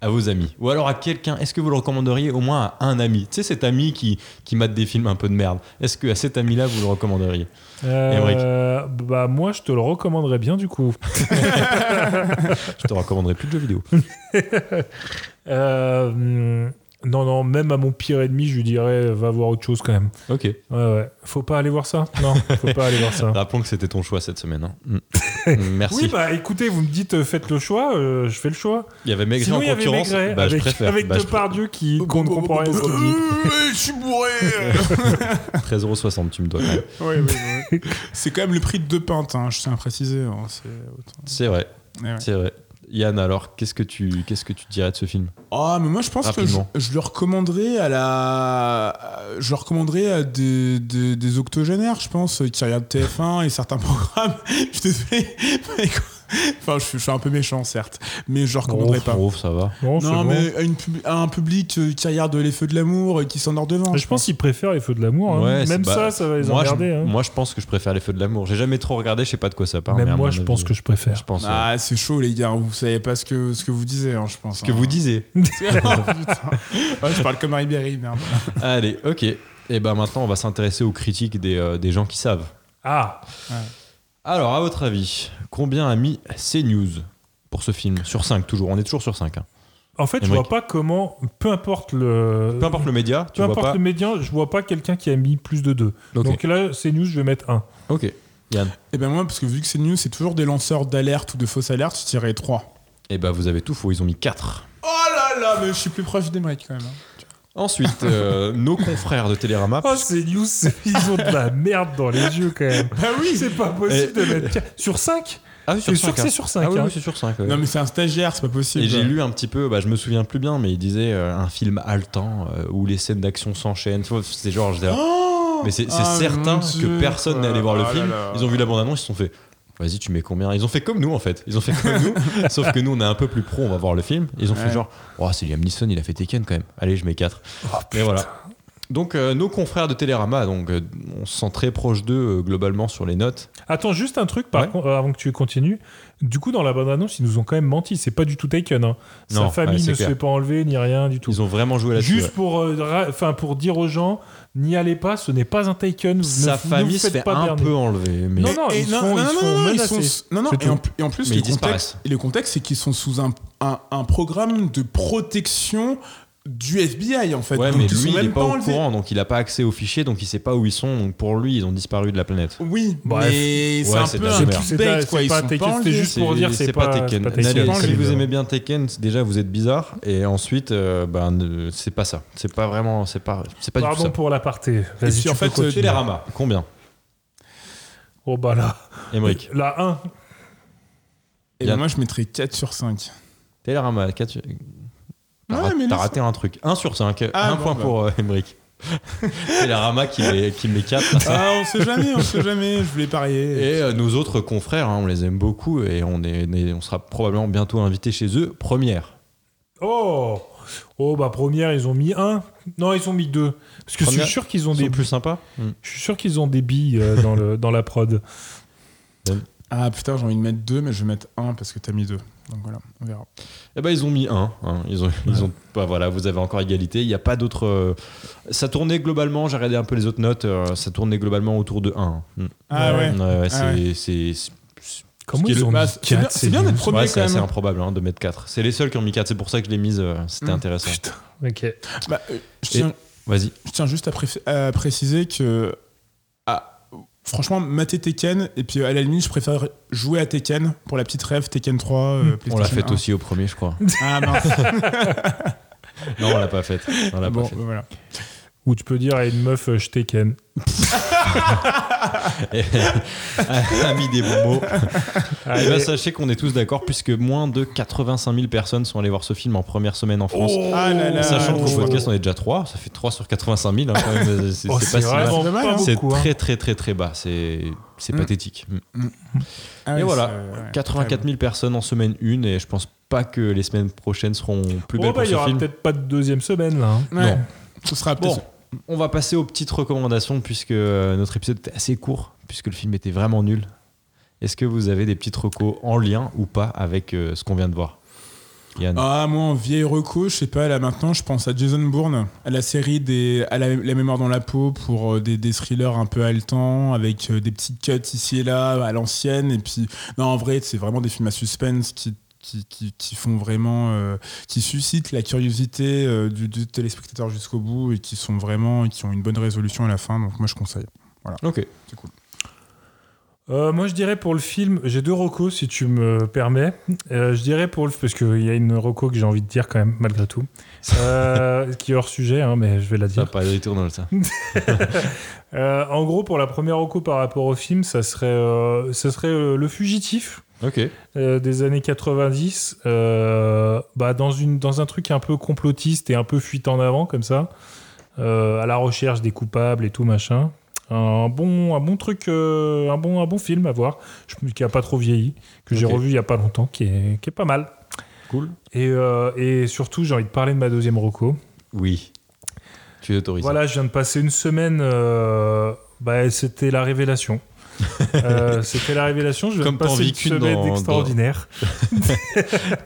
S1: à vos amis Ou alors à quelqu'un, est-ce que vous le recommanderiez au moins à un ami Tu sais, cet ami qui, qui mate des films un peu de merde, est-ce que à cet ami-là vous le recommanderiez
S3: Euh, bah moi, je te le recommanderais bien du coup.
S1: Je te recommanderais plus de jeux vidéo.
S3: Euh, hum, non, non, même à mon pire ennemi, je lui dirais va voir autre chose quand même.
S1: Ok,
S3: Ouais, ouais. Faut pas aller voir ça Non, faut pas aller voir ça.
S1: rappelons que c'était ton choix cette semaine. hein. Mm. Merci.
S3: Oui, bah écoutez, vous me dites euh, faites le choix, euh, je fais le choix.
S1: il y avait Maigret
S3: Sinon,
S1: en
S3: il y avait
S1: concurrence.
S3: Maigret
S1: Bah, je
S3: avec,
S1: préfère.
S3: avec
S1: Bah, je-
S3: Depardieu qui qu'on ne comprend rien à ce qu'il dit.
S4: Euh, Je suis bourré.
S1: 13,60€, tu me dois. quand même.
S4: Ouais, ouais, ouais. C'est quand même le prix de deux pintes, hein, je tiens à préciser. hein, c'est autant- Eh
S1: C'est vrai,
S4: Ouais, ouais.
S1: c'est vrai. Yann, alors, qu'est-ce que tu qu'est-ce que tu dirais de ce film
S4: Ah, mais moi je pense
S1: Rapidement.
S4: que je, je le recommanderais à la. Je le recommanderais à des, des, des octogénaires, je pense, qui regardent TF1 et certains programmes. je te fais. Enfin, je, suis- je suis un peu méchant, certes, mais je le recommanderais pas.
S1: Ouf, ça va.
S3: Non, c'est bon.
S4: Non, mais à, une pub- à un public euh, qui regarde Les Feux de l'amour et qui s'endort devant.
S3: Je pense qu'ils préfèrent les feux de l'amour. hein.
S1: Ouais, c'est-
S3: Même
S1: bah,
S3: ça, ça va les
S1: moi,
S3: emmerder.
S1: je,
S3: hein.
S1: moi, je pense que je préfère les feux de l'amour. J'ai jamais trop regardé, je sais pas de quoi ça parle. mais
S3: Même
S1: à
S3: moi,
S1: mon
S3: je
S1: avis,
S3: pense que je
S1: Je
S3: préfère.
S1: pense. euh,
S4: Ah, c'est chaud, les gars, vous savez pas ce que, ce que vous disiez, hein, je pense.
S1: ce que vous disiez.
S4: dites. je parle comme un Ribéry, merde.
S1: Allez, ok. Et ben maintenant, on va s'intéresser aux critiques des, euh, des gens qui savent.
S3: Ah,
S1: Alors, à votre avis, combien a mis CNews pour ce film Sur 5, toujours. On est toujours sur hein. 5.
S3: en fait, je vois
S1: Émeric.
S3: pas comment. Peu importe le.
S1: Peu importe le média, tu
S3: Peu
S1: vois
S3: importe
S1: pas.
S3: le médian, je vois pas quelqu'un qui a mis plus de 2.
S1: Ok.
S3: Donc là, c'est news, je vais mettre 1.
S1: Ok. Yann.
S4: Et ben moi, parce que vu que c'est news, c'est toujours des lanceurs d'alerte ou de fausses alertes, je dirais 3.
S1: Et ben vous Eh avez tout faux, ils ont mis 4.
S4: Oh là là, mais je suis plus proche des mecs quand même. hein.
S1: Ensuite, euh, nos confrères de Télérama.
S3: Oh, ces news, c'est- ils ont de la merde dans les yeux quand même.
S4: Bah oui
S3: C'est pas possible de mettre quatre- sur 5
S1: Ah oui,
S3: sur
S1: sur
S3: sûr
S1: 5.
S3: que c'est sur cinq,
S1: Ah oui,
S3: hein.
S1: oui, c'est sur 5.
S4: Non mais c'est un stagiaire, c'est pas possible.
S1: Et j'ai lu un petit peu, bah, je me souviens plus bien, mais il disait euh, un film haletant euh, où les scènes d'action s'enchaînent. Tu vois, C'est genre, je dis,
S4: Oh
S1: mais c'est c'est
S4: Ah,
S1: certain
S4: mon
S1: que
S4: Dieu,
S1: personne
S4: quoi.
S1: n'est allé voir le
S4: Ah là
S1: film.
S4: là.
S1: Ils ont vu la bande-annonce, ils se sont fait. Vas-y, tu mets combien Ils ont fait comme nous en fait. Ils ont fait comme nous, sauf que nous on est un peu plus pro, on va voir le film. Ils ont fait
S4: Ouais.
S1: genre, oh, c'est Liam Neeson, il a fait Tekken quand même. Allez, je mets 4. Mais voilà. Donc euh, nos confrères de Télérama, donc euh, on se sent très proche d'eux euh, globalement sur les notes.
S3: Attends, juste un truc par
S1: Ouais.
S3: contre, euh, avant que tu continues. Du coup, dans la bande-annonce, ils nous ont quand même menti. C'est pas du tout Taken. hein.
S1: Non,
S3: Sa famille
S1: ouais, c'est
S3: ne
S1: clair.
S3: se fait pas enlever ni rien du tout.
S1: Ils ont vraiment joué là-dessus.
S3: Juste
S1: ouais.
S3: pour, euh, ra- enfin pour dire aux gens, n'y allez pas, ce n'est pas un Taken.
S1: Sa
S3: ne, ne
S1: famille
S3: vous
S1: se
S3: faites
S1: fait
S3: pas
S1: un
S3: berner.
S1: peu enlever, mais
S3: Non, non, ils se font- ils se font menacer.
S4: non, non,
S3: C'est
S4: et en,
S3: tout.
S4: et en plus,
S1: Mais
S4: le
S1: ils disparaissent.
S4: contexte, et le contexte, c'est qu'ils sont sous un, un, un programme de protection du FBI, en fait.
S1: ouais,
S4: Donc,
S1: mais
S4: ils sont
S1: lui il
S4: même
S1: est pas, au
S4: enlevés.
S1: courant, donc il a pas accès aux fichiers, donc il sait pas où ils sont. Donc pour lui, ils ont disparu de la planète.
S4: Oui,
S3: Bref.
S4: mais c'est
S1: Ouais,
S4: un
S1: c'est de
S4: peu
S1: la
S4: un
S1: merde.
S3: C'est
S4: clickbait,
S3: pas-
S4: quoi.
S3: c'est
S4: Ils
S3: pas
S4: sont
S3: Taken,
S4: pas
S3: c'était
S4: enlevés.
S3: juste- pour dire, c'est pas-
S1: Tekken.
S3: c'est pas Tekken.
S1: Allez,
S4: C'est pas
S1: si
S4: enlevé.
S1: vous aimez bien Tekken, c'est- déjà vous êtes bizarre. Et ensuite, euh, ben, ne- c'est pas ça. C'est pas vraiment, c'est pas, c'est pas du tout
S3: Pardon
S1: ça.
S3: pour l'aparté. Vas-y,
S4: Et puis,
S3: tu
S4: en
S3: peux
S4: fait,
S3: continuer.
S1: Télérama, combien
S3: Oh bah là,
S1: Emmerich
S3: la 1.
S4: Et ben, moi, je mettrais 4 sur 5.
S1: Télérama, 4... T'as
S4: Ouais,
S1: ra-
S4: mais là,
S1: t'as
S4: c'est-
S1: raté un truc. 1 sur 5.
S4: Ah,
S1: 1
S4: bon,
S1: point
S4: bah.
S1: pour euh, Emmerich. Télérama qui met, qui met 4.
S4: Ah, on sait jamais, on sait jamais. Je voulais parier.
S1: Et euh, nos autres confrères, hein, on les aime beaucoup et on, est, on est- on sera probablement bientôt invités chez eux. Première.
S3: Oh Oh bah première, ils ont mis 1. Non, ils ont mis 2. Parce que je
S1: Première-
S3: suis sûr qu'ils ont
S1: Ils
S3: des
S1: sont plus sympas
S3: Je suis sûr qu'ils ont des billes euh, dans, le, dans la prod.
S4: Ah putain, j'ai envie de mettre 2, mais je vais mettre 1 parce que t'as mis 2. Donc voilà, on verra.
S1: Eh ben ils ont mis un. hein. Ils ont, ils ont, bah, voilà, vous avez encore égalité. Il n'y a pas d'autre. euh, ça tournait globalement. J'ai regardé un peu les autres notes. euh, ça tournait globalement autour de 1.
S4: Ah ouais.
S1: c'est,
S4: Ah
S1: c'est, c'est- c'est-
S3: Comment
S4: qui est
S3: ils
S4: le
S3: ont mis
S4: bas- c'est bien-
S3: quatre,
S4: c'est bien
S3: nul.
S4: d'être Premier
S1: ouais, c'est
S4: quand
S1: assez
S4: même.
S1: improbable hein, de mettre 4 C'est les seuls qui ont mis 4 C'est pour ça que je l'ai mise. euh, c'était
S4: Mm.
S1: intéressant.
S3: Putain, ok.
S4: Bah, euh, je
S1: Et-
S4: tiens,
S1: Vas-y.
S4: Je tiens juste à, préf- à préciser que ah, franchement, mater Tekken et puis euh, à la limite, je préfère jouer à Tekken pour la petite rêve Tekken 3 euh,
S1: On l'a
S4: PlayStation
S1: faite
S4: 1.
S1: aussi au premier, je crois.
S4: Ah mince.
S1: non, on l'a pas faite. On l'a
S4: bon,
S1: pas
S4: bah, voilà.
S3: Ou tu peux dire à une meuf, euh, je t'ai ken.
S1: faite. Amis des bons mots. Eh
S3: Allez.
S1: ben, sachez qu'on est tous d'accord puisque moins de 85 000 personnes sont allées voir ce film en première semaine en France.
S3: Oh.
S4: Ah là
S3: Euh,
S4: là.
S1: Sachant
S4: Ah,
S1: qu'au
S4: bon.
S1: podcast, on est déjà 3, ça fait 3 sur 85 000. hein, quand même. C'est
S3: Oh,
S1: c'est pas si mal.
S3: vraiment
S4: C'est pas mal, hein.
S3: pas
S1: C'est
S3: beaucoup. hein.
S1: très, très, très, très bas. C'est c'est
S4: Mm.
S1: pathétique. Mm.
S4: Ah
S1: et
S4: oui,
S1: voilà,
S4: c'est- ouais.
S1: 84 000 personnes en semaine 1 et je pense pas que les semaines prochaines seront plus belles
S3: Oh bah, il y
S1: pour ce
S3: aura
S1: film.
S3: peut-être pas de deuxième semaine là. hein.
S4: Ouais.
S1: Non.
S4: Ce sera peut-être
S1: Bon, on va passer aux petites recommandations puisque euh, notre épisode était assez court, puisque le film était vraiment nul. Est-ce que vous avez des petites recos en lien ou pas avec euh, ce qu'on vient de voir Yann
S4: Ah, moi, en vieille reco, je sais pas, là maintenant, je pense à Jason Bourne, à la série des, à la, la mémoire dans la peau pour euh, des, des thrillers un peu haletants, avec euh, des petites cuts ici et là, à l'ancienne. Et puis, non, en vrai, c'est vraiment des films à suspense qui, qui, qui, qui font vraiment. euh, qui suscitent la curiosité euh, du, du téléspectateur jusqu'au bout et qui sont vraiment. qui ont une bonne résolution à la fin. Donc, moi, je conseille.
S1: Ok.
S3: Euh, moi, je dirais pour le film, j'ai deux recos si tu me permets. Euh, je dirais pour le parce qu'il y a une reco que j'ai envie de dire quand même, malgré tout, Euh, qui est hors sujet, hein, mais je vais la
S1: Ça va
S3: dire.
S1: pas aller tourner dans le ça.
S3: Euh, en gros, pour la première reco par rapport au film, ça serait, euh, ça serait euh, Le Fugitif.
S1: Ok.
S3: euh, des années 90 euh, bah dans, une, dans un truc un peu complotiste et un peu fuite en avant comme ça, euh, à la recherche des coupables et tout machin. Un bon, un bon truc, euh, un, bon, un bon film à voir, je- qui a pas trop vieilli, que j'ai
S1: Ok.
S3: revu il y a pas longtemps, qui est, qui est pas mal.
S1: Cool.
S3: Et, euh, et surtout, j'ai envie de parler de ma deuxième reco.
S1: Oui. Tu es autorisé.
S3: Voilà, je viens de passer une semaine. euh, bah, c'était la révélation. Euh, c'était la révélation. Je viens
S1: Comme
S3: de
S1: t'en
S3: passer
S1: vis
S3: une
S1: qu'une
S3: semaine
S1: dans- dans-
S3: extraordinaire.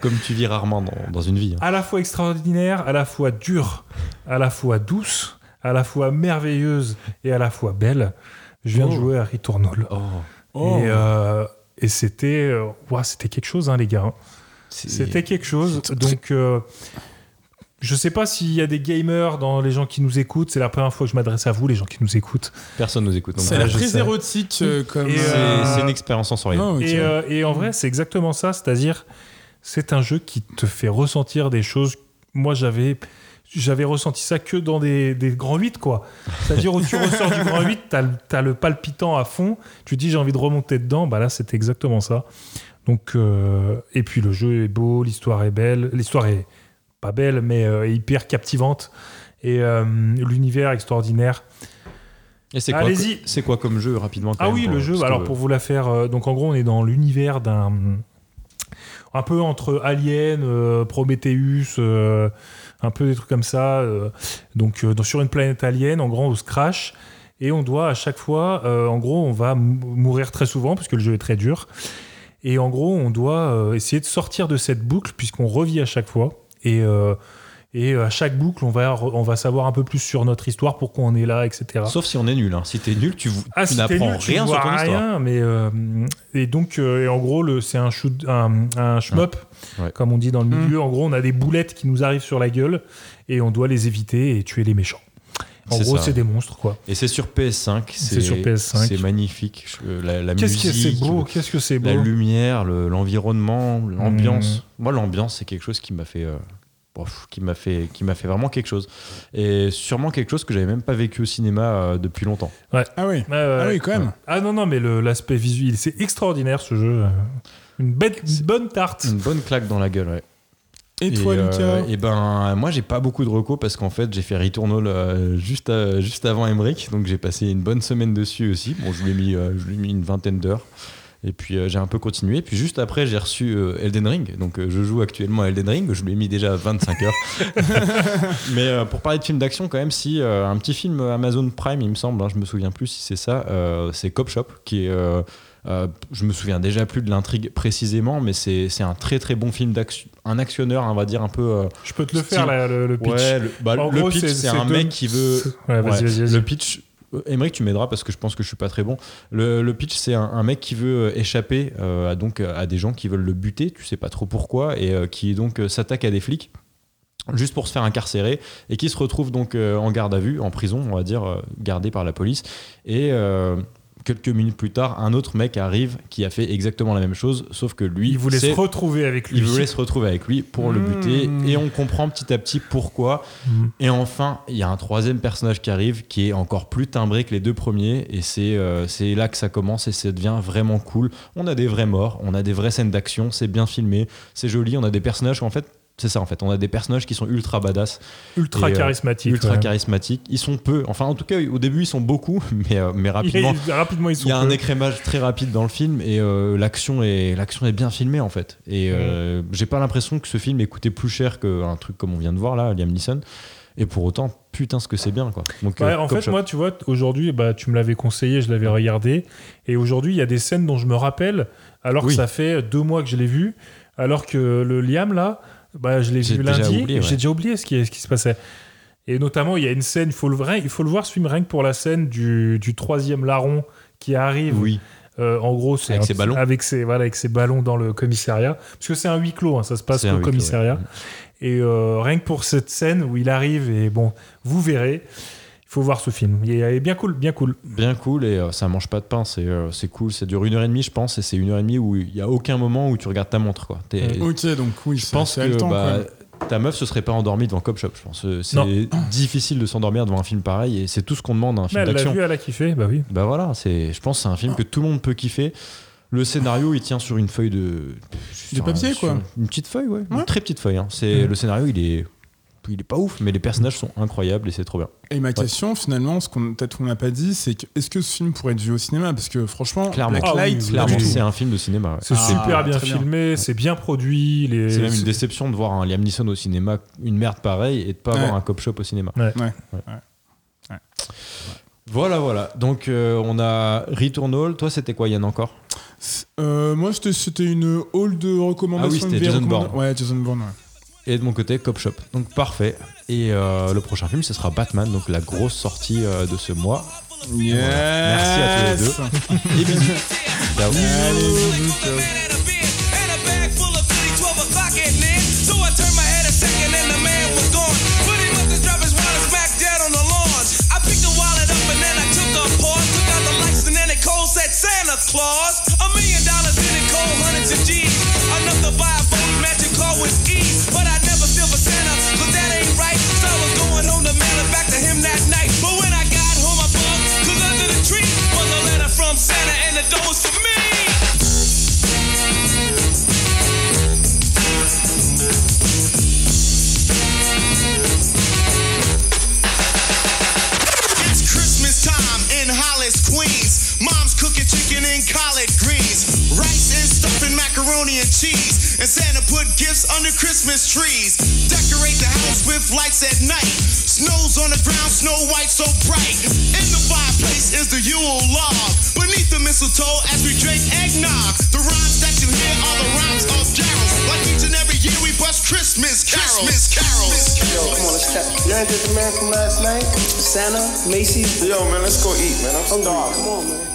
S1: Comme tu vis rarement dans, dans une vie. hein.
S3: à la fois extraordinaire, à la fois dure, à la fois douce, à la fois merveilleuse et à la fois belle. Je viens de
S1: Oh.
S3: jouer à Returnal.
S1: Oh.
S3: Et, euh, et c'était euh, ouah, c'était quelque chose, hein, les gars.
S1: C'est-
S3: C'était quelque chose. Donc, euh, je sais pas s'il y a des gamers dans les gens qui nous écoutent. C'est la première fois que je m'adresse à vous, les gens qui nous écoutent.
S1: Personne nous écoute. donc
S4: C'est
S1: voilà,
S4: la
S1: je-
S4: prise
S3: sais.
S4: érotique, euh, comme.
S3: Et,
S1: C'est
S3: euh,
S1: c'est une expérience sensorielle.
S4: non,
S3: Et,
S4: ok.
S3: euh, et en vrai, c'est exactement ça. C'est-à-dire, c'est un jeu qui te fait ressentir des choses. Moi, j'avais. j'avais ressenti ça que dans des, des grands 8, quoi. C'est-à-dire où tu ressors du grand 8, t'as, le- t'as le palpitant à fond, tu te dis j'ai envie de remonter dedans, bah là c'était exactement ça. Donc, euh, et puis le jeu est beau, l'histoire est belle, l'histoire est pas belle, mais euh, hyper captivante, et euh, l'univers extraordinaire.
S1: Et c'est quoi,
S3: Allez-y.
S1: co- c'est quoi comme jeu rapidement quand
S3: Ah
S1: même,
S3: oui,
S1: pour-
S3: le jeu,
S1: parce
S3: alors
S1: que-
S3: pour vous la faire, euh, donc en gros on est dans l'univers d'un... Un peu entre Alien, euh, Prometheus, euh, un peu des trucs comme ça. euh, donc euh, dans- sur une planète alien, en grand, on se crash. Et on doit à chaque fois, euh, en gros, on va mou- mourir très souvent, puisque le jeu est très dur. Et en gros, on doit euh, essayer de sortir de cette boucle, puisqu'on revit à chaque fois. Et, euh, et à chaque boucle, on va, re- on va savoir un peu plus sur notre histoire, pourquoi on est là, etc.
S1: Sauf si on est nul. hein. Si t'es nul, tu, vou-
S3: Ah,
S1: tu
S3: si t'es
S1: n'apprends
S3: nul, tu
S1: rien
S3: vois
S1: sur ton histoire.
S3: rien, mais euh, et donc euh, et en gros le c'est un shoot un, un shmup
S1: Ouais.
S3: comme on dit dans le
S4: Mhm.
S3: milieu. En gros, on a des boulettes qui nous arrivent sur la gueule et on doit les éviter et tuer les méchants. En
S1: C'est
S3: gros,
S1: ça.
S3: c'est des monstres quoi.
S1: Et c'est sur PS5.
S3: C'est sur PS5.
S1: C'est magnifique. Je- La, la
S3: Qu'est-ce que c'est
S1: musique,
S3: beau, qu'est-ce que c'est beau. Mmh.
S1: la lumière, le- l'environnement, l'ambiance. Moi, l'ambiance, c'est quelque chose qui m'a fait, euh, bon, pff, qui m'a fait, qui m'a fait vraiment quelque chose. Et sûrement quelque chose que j'avais même pas vécu au cinéma euh, depuis longtemps.
S4: Ah
S3: Ouais,
S4: oui.
S3: ouais,
S4: Ah
S3: ouais.
S4: oui, quand même.
S3: Ah non non, mais le- l'aspect visuel, c'est extraordinaire ce jeu. Une, belle- une bonne tarte.
S1: Une bonne claque dans la gueule. Ouais.
S4: Et toi,
S1: euh,
S4: Lucas
S1: Et ben, moi, j'ai pas beaucoup de recos parce qu'en fait, j'ai fait Returnal euh, juste, à- juste avant Emmerich, donc j'ai passé une bonne semaine dessus aussi. Bon, je lui ai mis, euh, je lui ai mis une vingtaine d'heures. Et puis euh, j'ai un peu continué. Puis juste après, j'ai reçu euh, Elden Ring. Donc euh, je joue actuellement à Elden Ring. Je lui ai mis déjà 25 heures. Mais euh, pour parler de film d'action, quand même, si euh, un petit film Amazon Prime, il me semble, hein, je me souviens plus si c'est ça, euh, c'est Cop Shop, qui est. euh, euh, je me souviens déjà plus de l'intrigue précisément, mais c'est c'est un très très bon film d'action, un actionneur, on va dire un peu. euh,
S3: Je peux te le
S1: Style.
S3: faire là, le, le pitch.
S1: Ouais, le, bah,
S3: En
S1: le
S3: gros,
S1: pitch, c'est un
S3: deux-
S1: mec qui veut.
S3: Ouais, vas-y,
S1: Ouais.
S3: vas-y, vas-y.
S1: Le pitch. euh, Émeric, tu m'aideras parce que je pense que je suis pas très bon. Le, le pitch, c'est un, un mec qui veut euh, échapper euh, à, donc, euh, à des gens qui veulent le buter, tu sais pas trop pourquoi, et euh, qui donc euh, s'attaque à des flics juste pour se faire incarcérer et qui se retrouve donc euh, en garde à vue, en prison, on va dire, euh, gardé par la police. Et euh, quelques minutes plus tard, un autre mec arrive qui a fait exactement la même chose, sauf que lui,
S3: il voulait
S1: c'est-
S3: se retrouver avec lui.
S1: il voulait se retrouver avec lui pour le buter et on comprend petit à petit pourquoi.
S3: Mmh.
S1: Et enfin, il y a un troisième personnage qui arrive qui est encore plus timbré que les deux premiers et c'est euh, c'est là que ça commence et ça devient vraiment cool. On a des vrais morts, on a des vraies scènes d'action, c'est bien filmé, c'est joli, on a des personnages en fait, c'est ça en fait, on a des personnages qui sont ultra badass
S3: ultra
S1: Et, euh,
S3: charismatique.
S1: ultra
S3: ouais.
S1: charismatiques. Ils sont peu, enfin en tout cas au début ils sont beaucoup, mais, euh, mais rapidement
S3: Il- rapidement, ils sont
S1: il y a un
S3: que-
S1: écrémage très rapide dans le film et euh, l'action est l'action est bien filmée en fait. Et euh, j'ai pas l'impression que ce film ait coûté plus cher qu'un truc comme on vient de voir là, Liam Neeson. Et pour autant, putain ce que c'est bien quoi. Donc
S3: Ouais,
S1: euh,
S3: Bah, en
S1: Cop
S3: fait,
S1: Shop.
S3: moi, tu vois, t- aujourd'hui, bah, tu me l'avais conseillé, je l'avais regardé. Et aujourd'hui, il y a des scènes dont je me rappelle, alors
S1: Oui.
S3: que ça fait deux mois que je l'ai vu. Alors que le Liam, là, bah, je l'ai
S1: J'ai
S3: vu
S1: déjà
S3: lundi.
S1: oublié,
S3: et
S1: ouais.
S3: J'ai déjà oublié ce qui, ce qui se passait. Et notamment, il y a une scène, il faut le, vrai- il faut le voir, ce film, rien que pour la scène du, du troisième larron qui arrive.
S1: oui,
S3: Euh, en gros, c'est
S1: Avec
S3: un
S1: ses
S3: petit-
S1: ballons.
S3: Avec ses, voilà, avec ses ballons dans le commissariat. Parce que c'est un huis clos, hein, ça se passe
S1: C'est un
S3: au
S1: huis clos,
S3: commissariat.
S1: ouais.
S3: Et euh, rien que pour cette scène où il arrive, et bon, vous verrez, il faut voir ce film. Il est bien cool, bien cool.
S1: bien cool et euh, ça mange pas de pain, c'est euh, c'est cool, ça dure une heure et demie je pense et c'est une heure et demie où il y a aucun moment où tu regardes ta montre quoi. T'es-
S4: Ok, donc oui,
S1: Je pense que
S4: le temps.
S1: bah,
S4: quand même.
S1: ta meuf se serait pas endormie devant Cop Shop, je pense. Euh,
S3: Non.
S1: C'est difficile de s'endormir devant un film pareil et c'est tout ce qu'on demande à un
S3: Mais
S1: film
S3: elle l'a
S1: d'action.
S3: vu, elle a kiffé, bah oui.
S1: Bah voilà, c'est, je pense que c'est un film que tout le monde peut kiffer. Le scénario, il tient sur une feuille de. sur un-
S4: papier,
S1: sur
S4: quoi.
S1: Une petite feuille, ouais. Une
S4: Ouais.
S1: très petite feuille. hein. C'est,
S3: Mhm.
S1: Le scénario, il est. Il est pas ouf, mais les personnages sont incroyables et c'est trop bien.
S4: Et ma question, finalement, ce qu'on peut-être qu'on n'a pas dit, c'est que est-ce que ce film pourrait être vu au cinéma Parce que franchement,
S1: Clairement.
S3: Ah oui,
S4: Blacklight,
S3: oui,
S4: pas du
S1: Clairement,
S4: tout.
S1: c'est un film de cinéma. ouais.
S3: C'est
S4: Ah,
S3: super bien
S4: très bien.
S3: filmé, c'est bien produit. Les...
S1: C'est même une déception de voir un Liam Neeson au cinéma, une merde pareille, et de pas
S4: Ouais.
S1: avoir un cop shop au cinéma.
S3: Ouais.
S4: Ouais. Ouais.
S1: Voilà, voilà. Donc euh, on a Returnal. Toi, c'était quoi, Yann encore
S4: Euh, moi, c'était- c'était une hall de recommandations.
S1: Ah oui, c'était
S4: une vieille
S1: Jason
S4: recommanda-
S1: Bourne.
S4: Ouais, Jason Bourne, ouais.
S1: Et de mon côté, Cop Shop. Donc parfait. Et euh, le prochain film, ce sera Batman, donc la grosse sortie euh, de ce mois. Merci à tous les deux. Et bisous. Ciao.
S9: and a beer and a bag full of goodies, 12 o'clock at night. So I turned my head a second and the man was gone. Put him up to drop his wallet smack dead on the lawn. I picked the wallet up and then I took a pause. Took out the lights and then it cold said Santa Claus. A million dollars in it cold, hundreds of G's. Enough to buy a boat, magic car with ease. But I never feel for Santa, cause that ain't right. So I was pepperoni and cheese. And Santa put gifts under Christmas trees. Decorate the house with lights at night. Snow's on the ground, snow white so bright. In the fireplace is the Yule log. Beneath the mistletoe as we drink eggnog. The rhymes that you hear are the rhymes of carols. Like each and every year we bust Christmas carols. Christmas carols.
S10: Yo, come on, let's tap. You ain't just a man from last night? Santa, Macy's. Yo, man, let's go eat, man. I'm starving. Come on, man.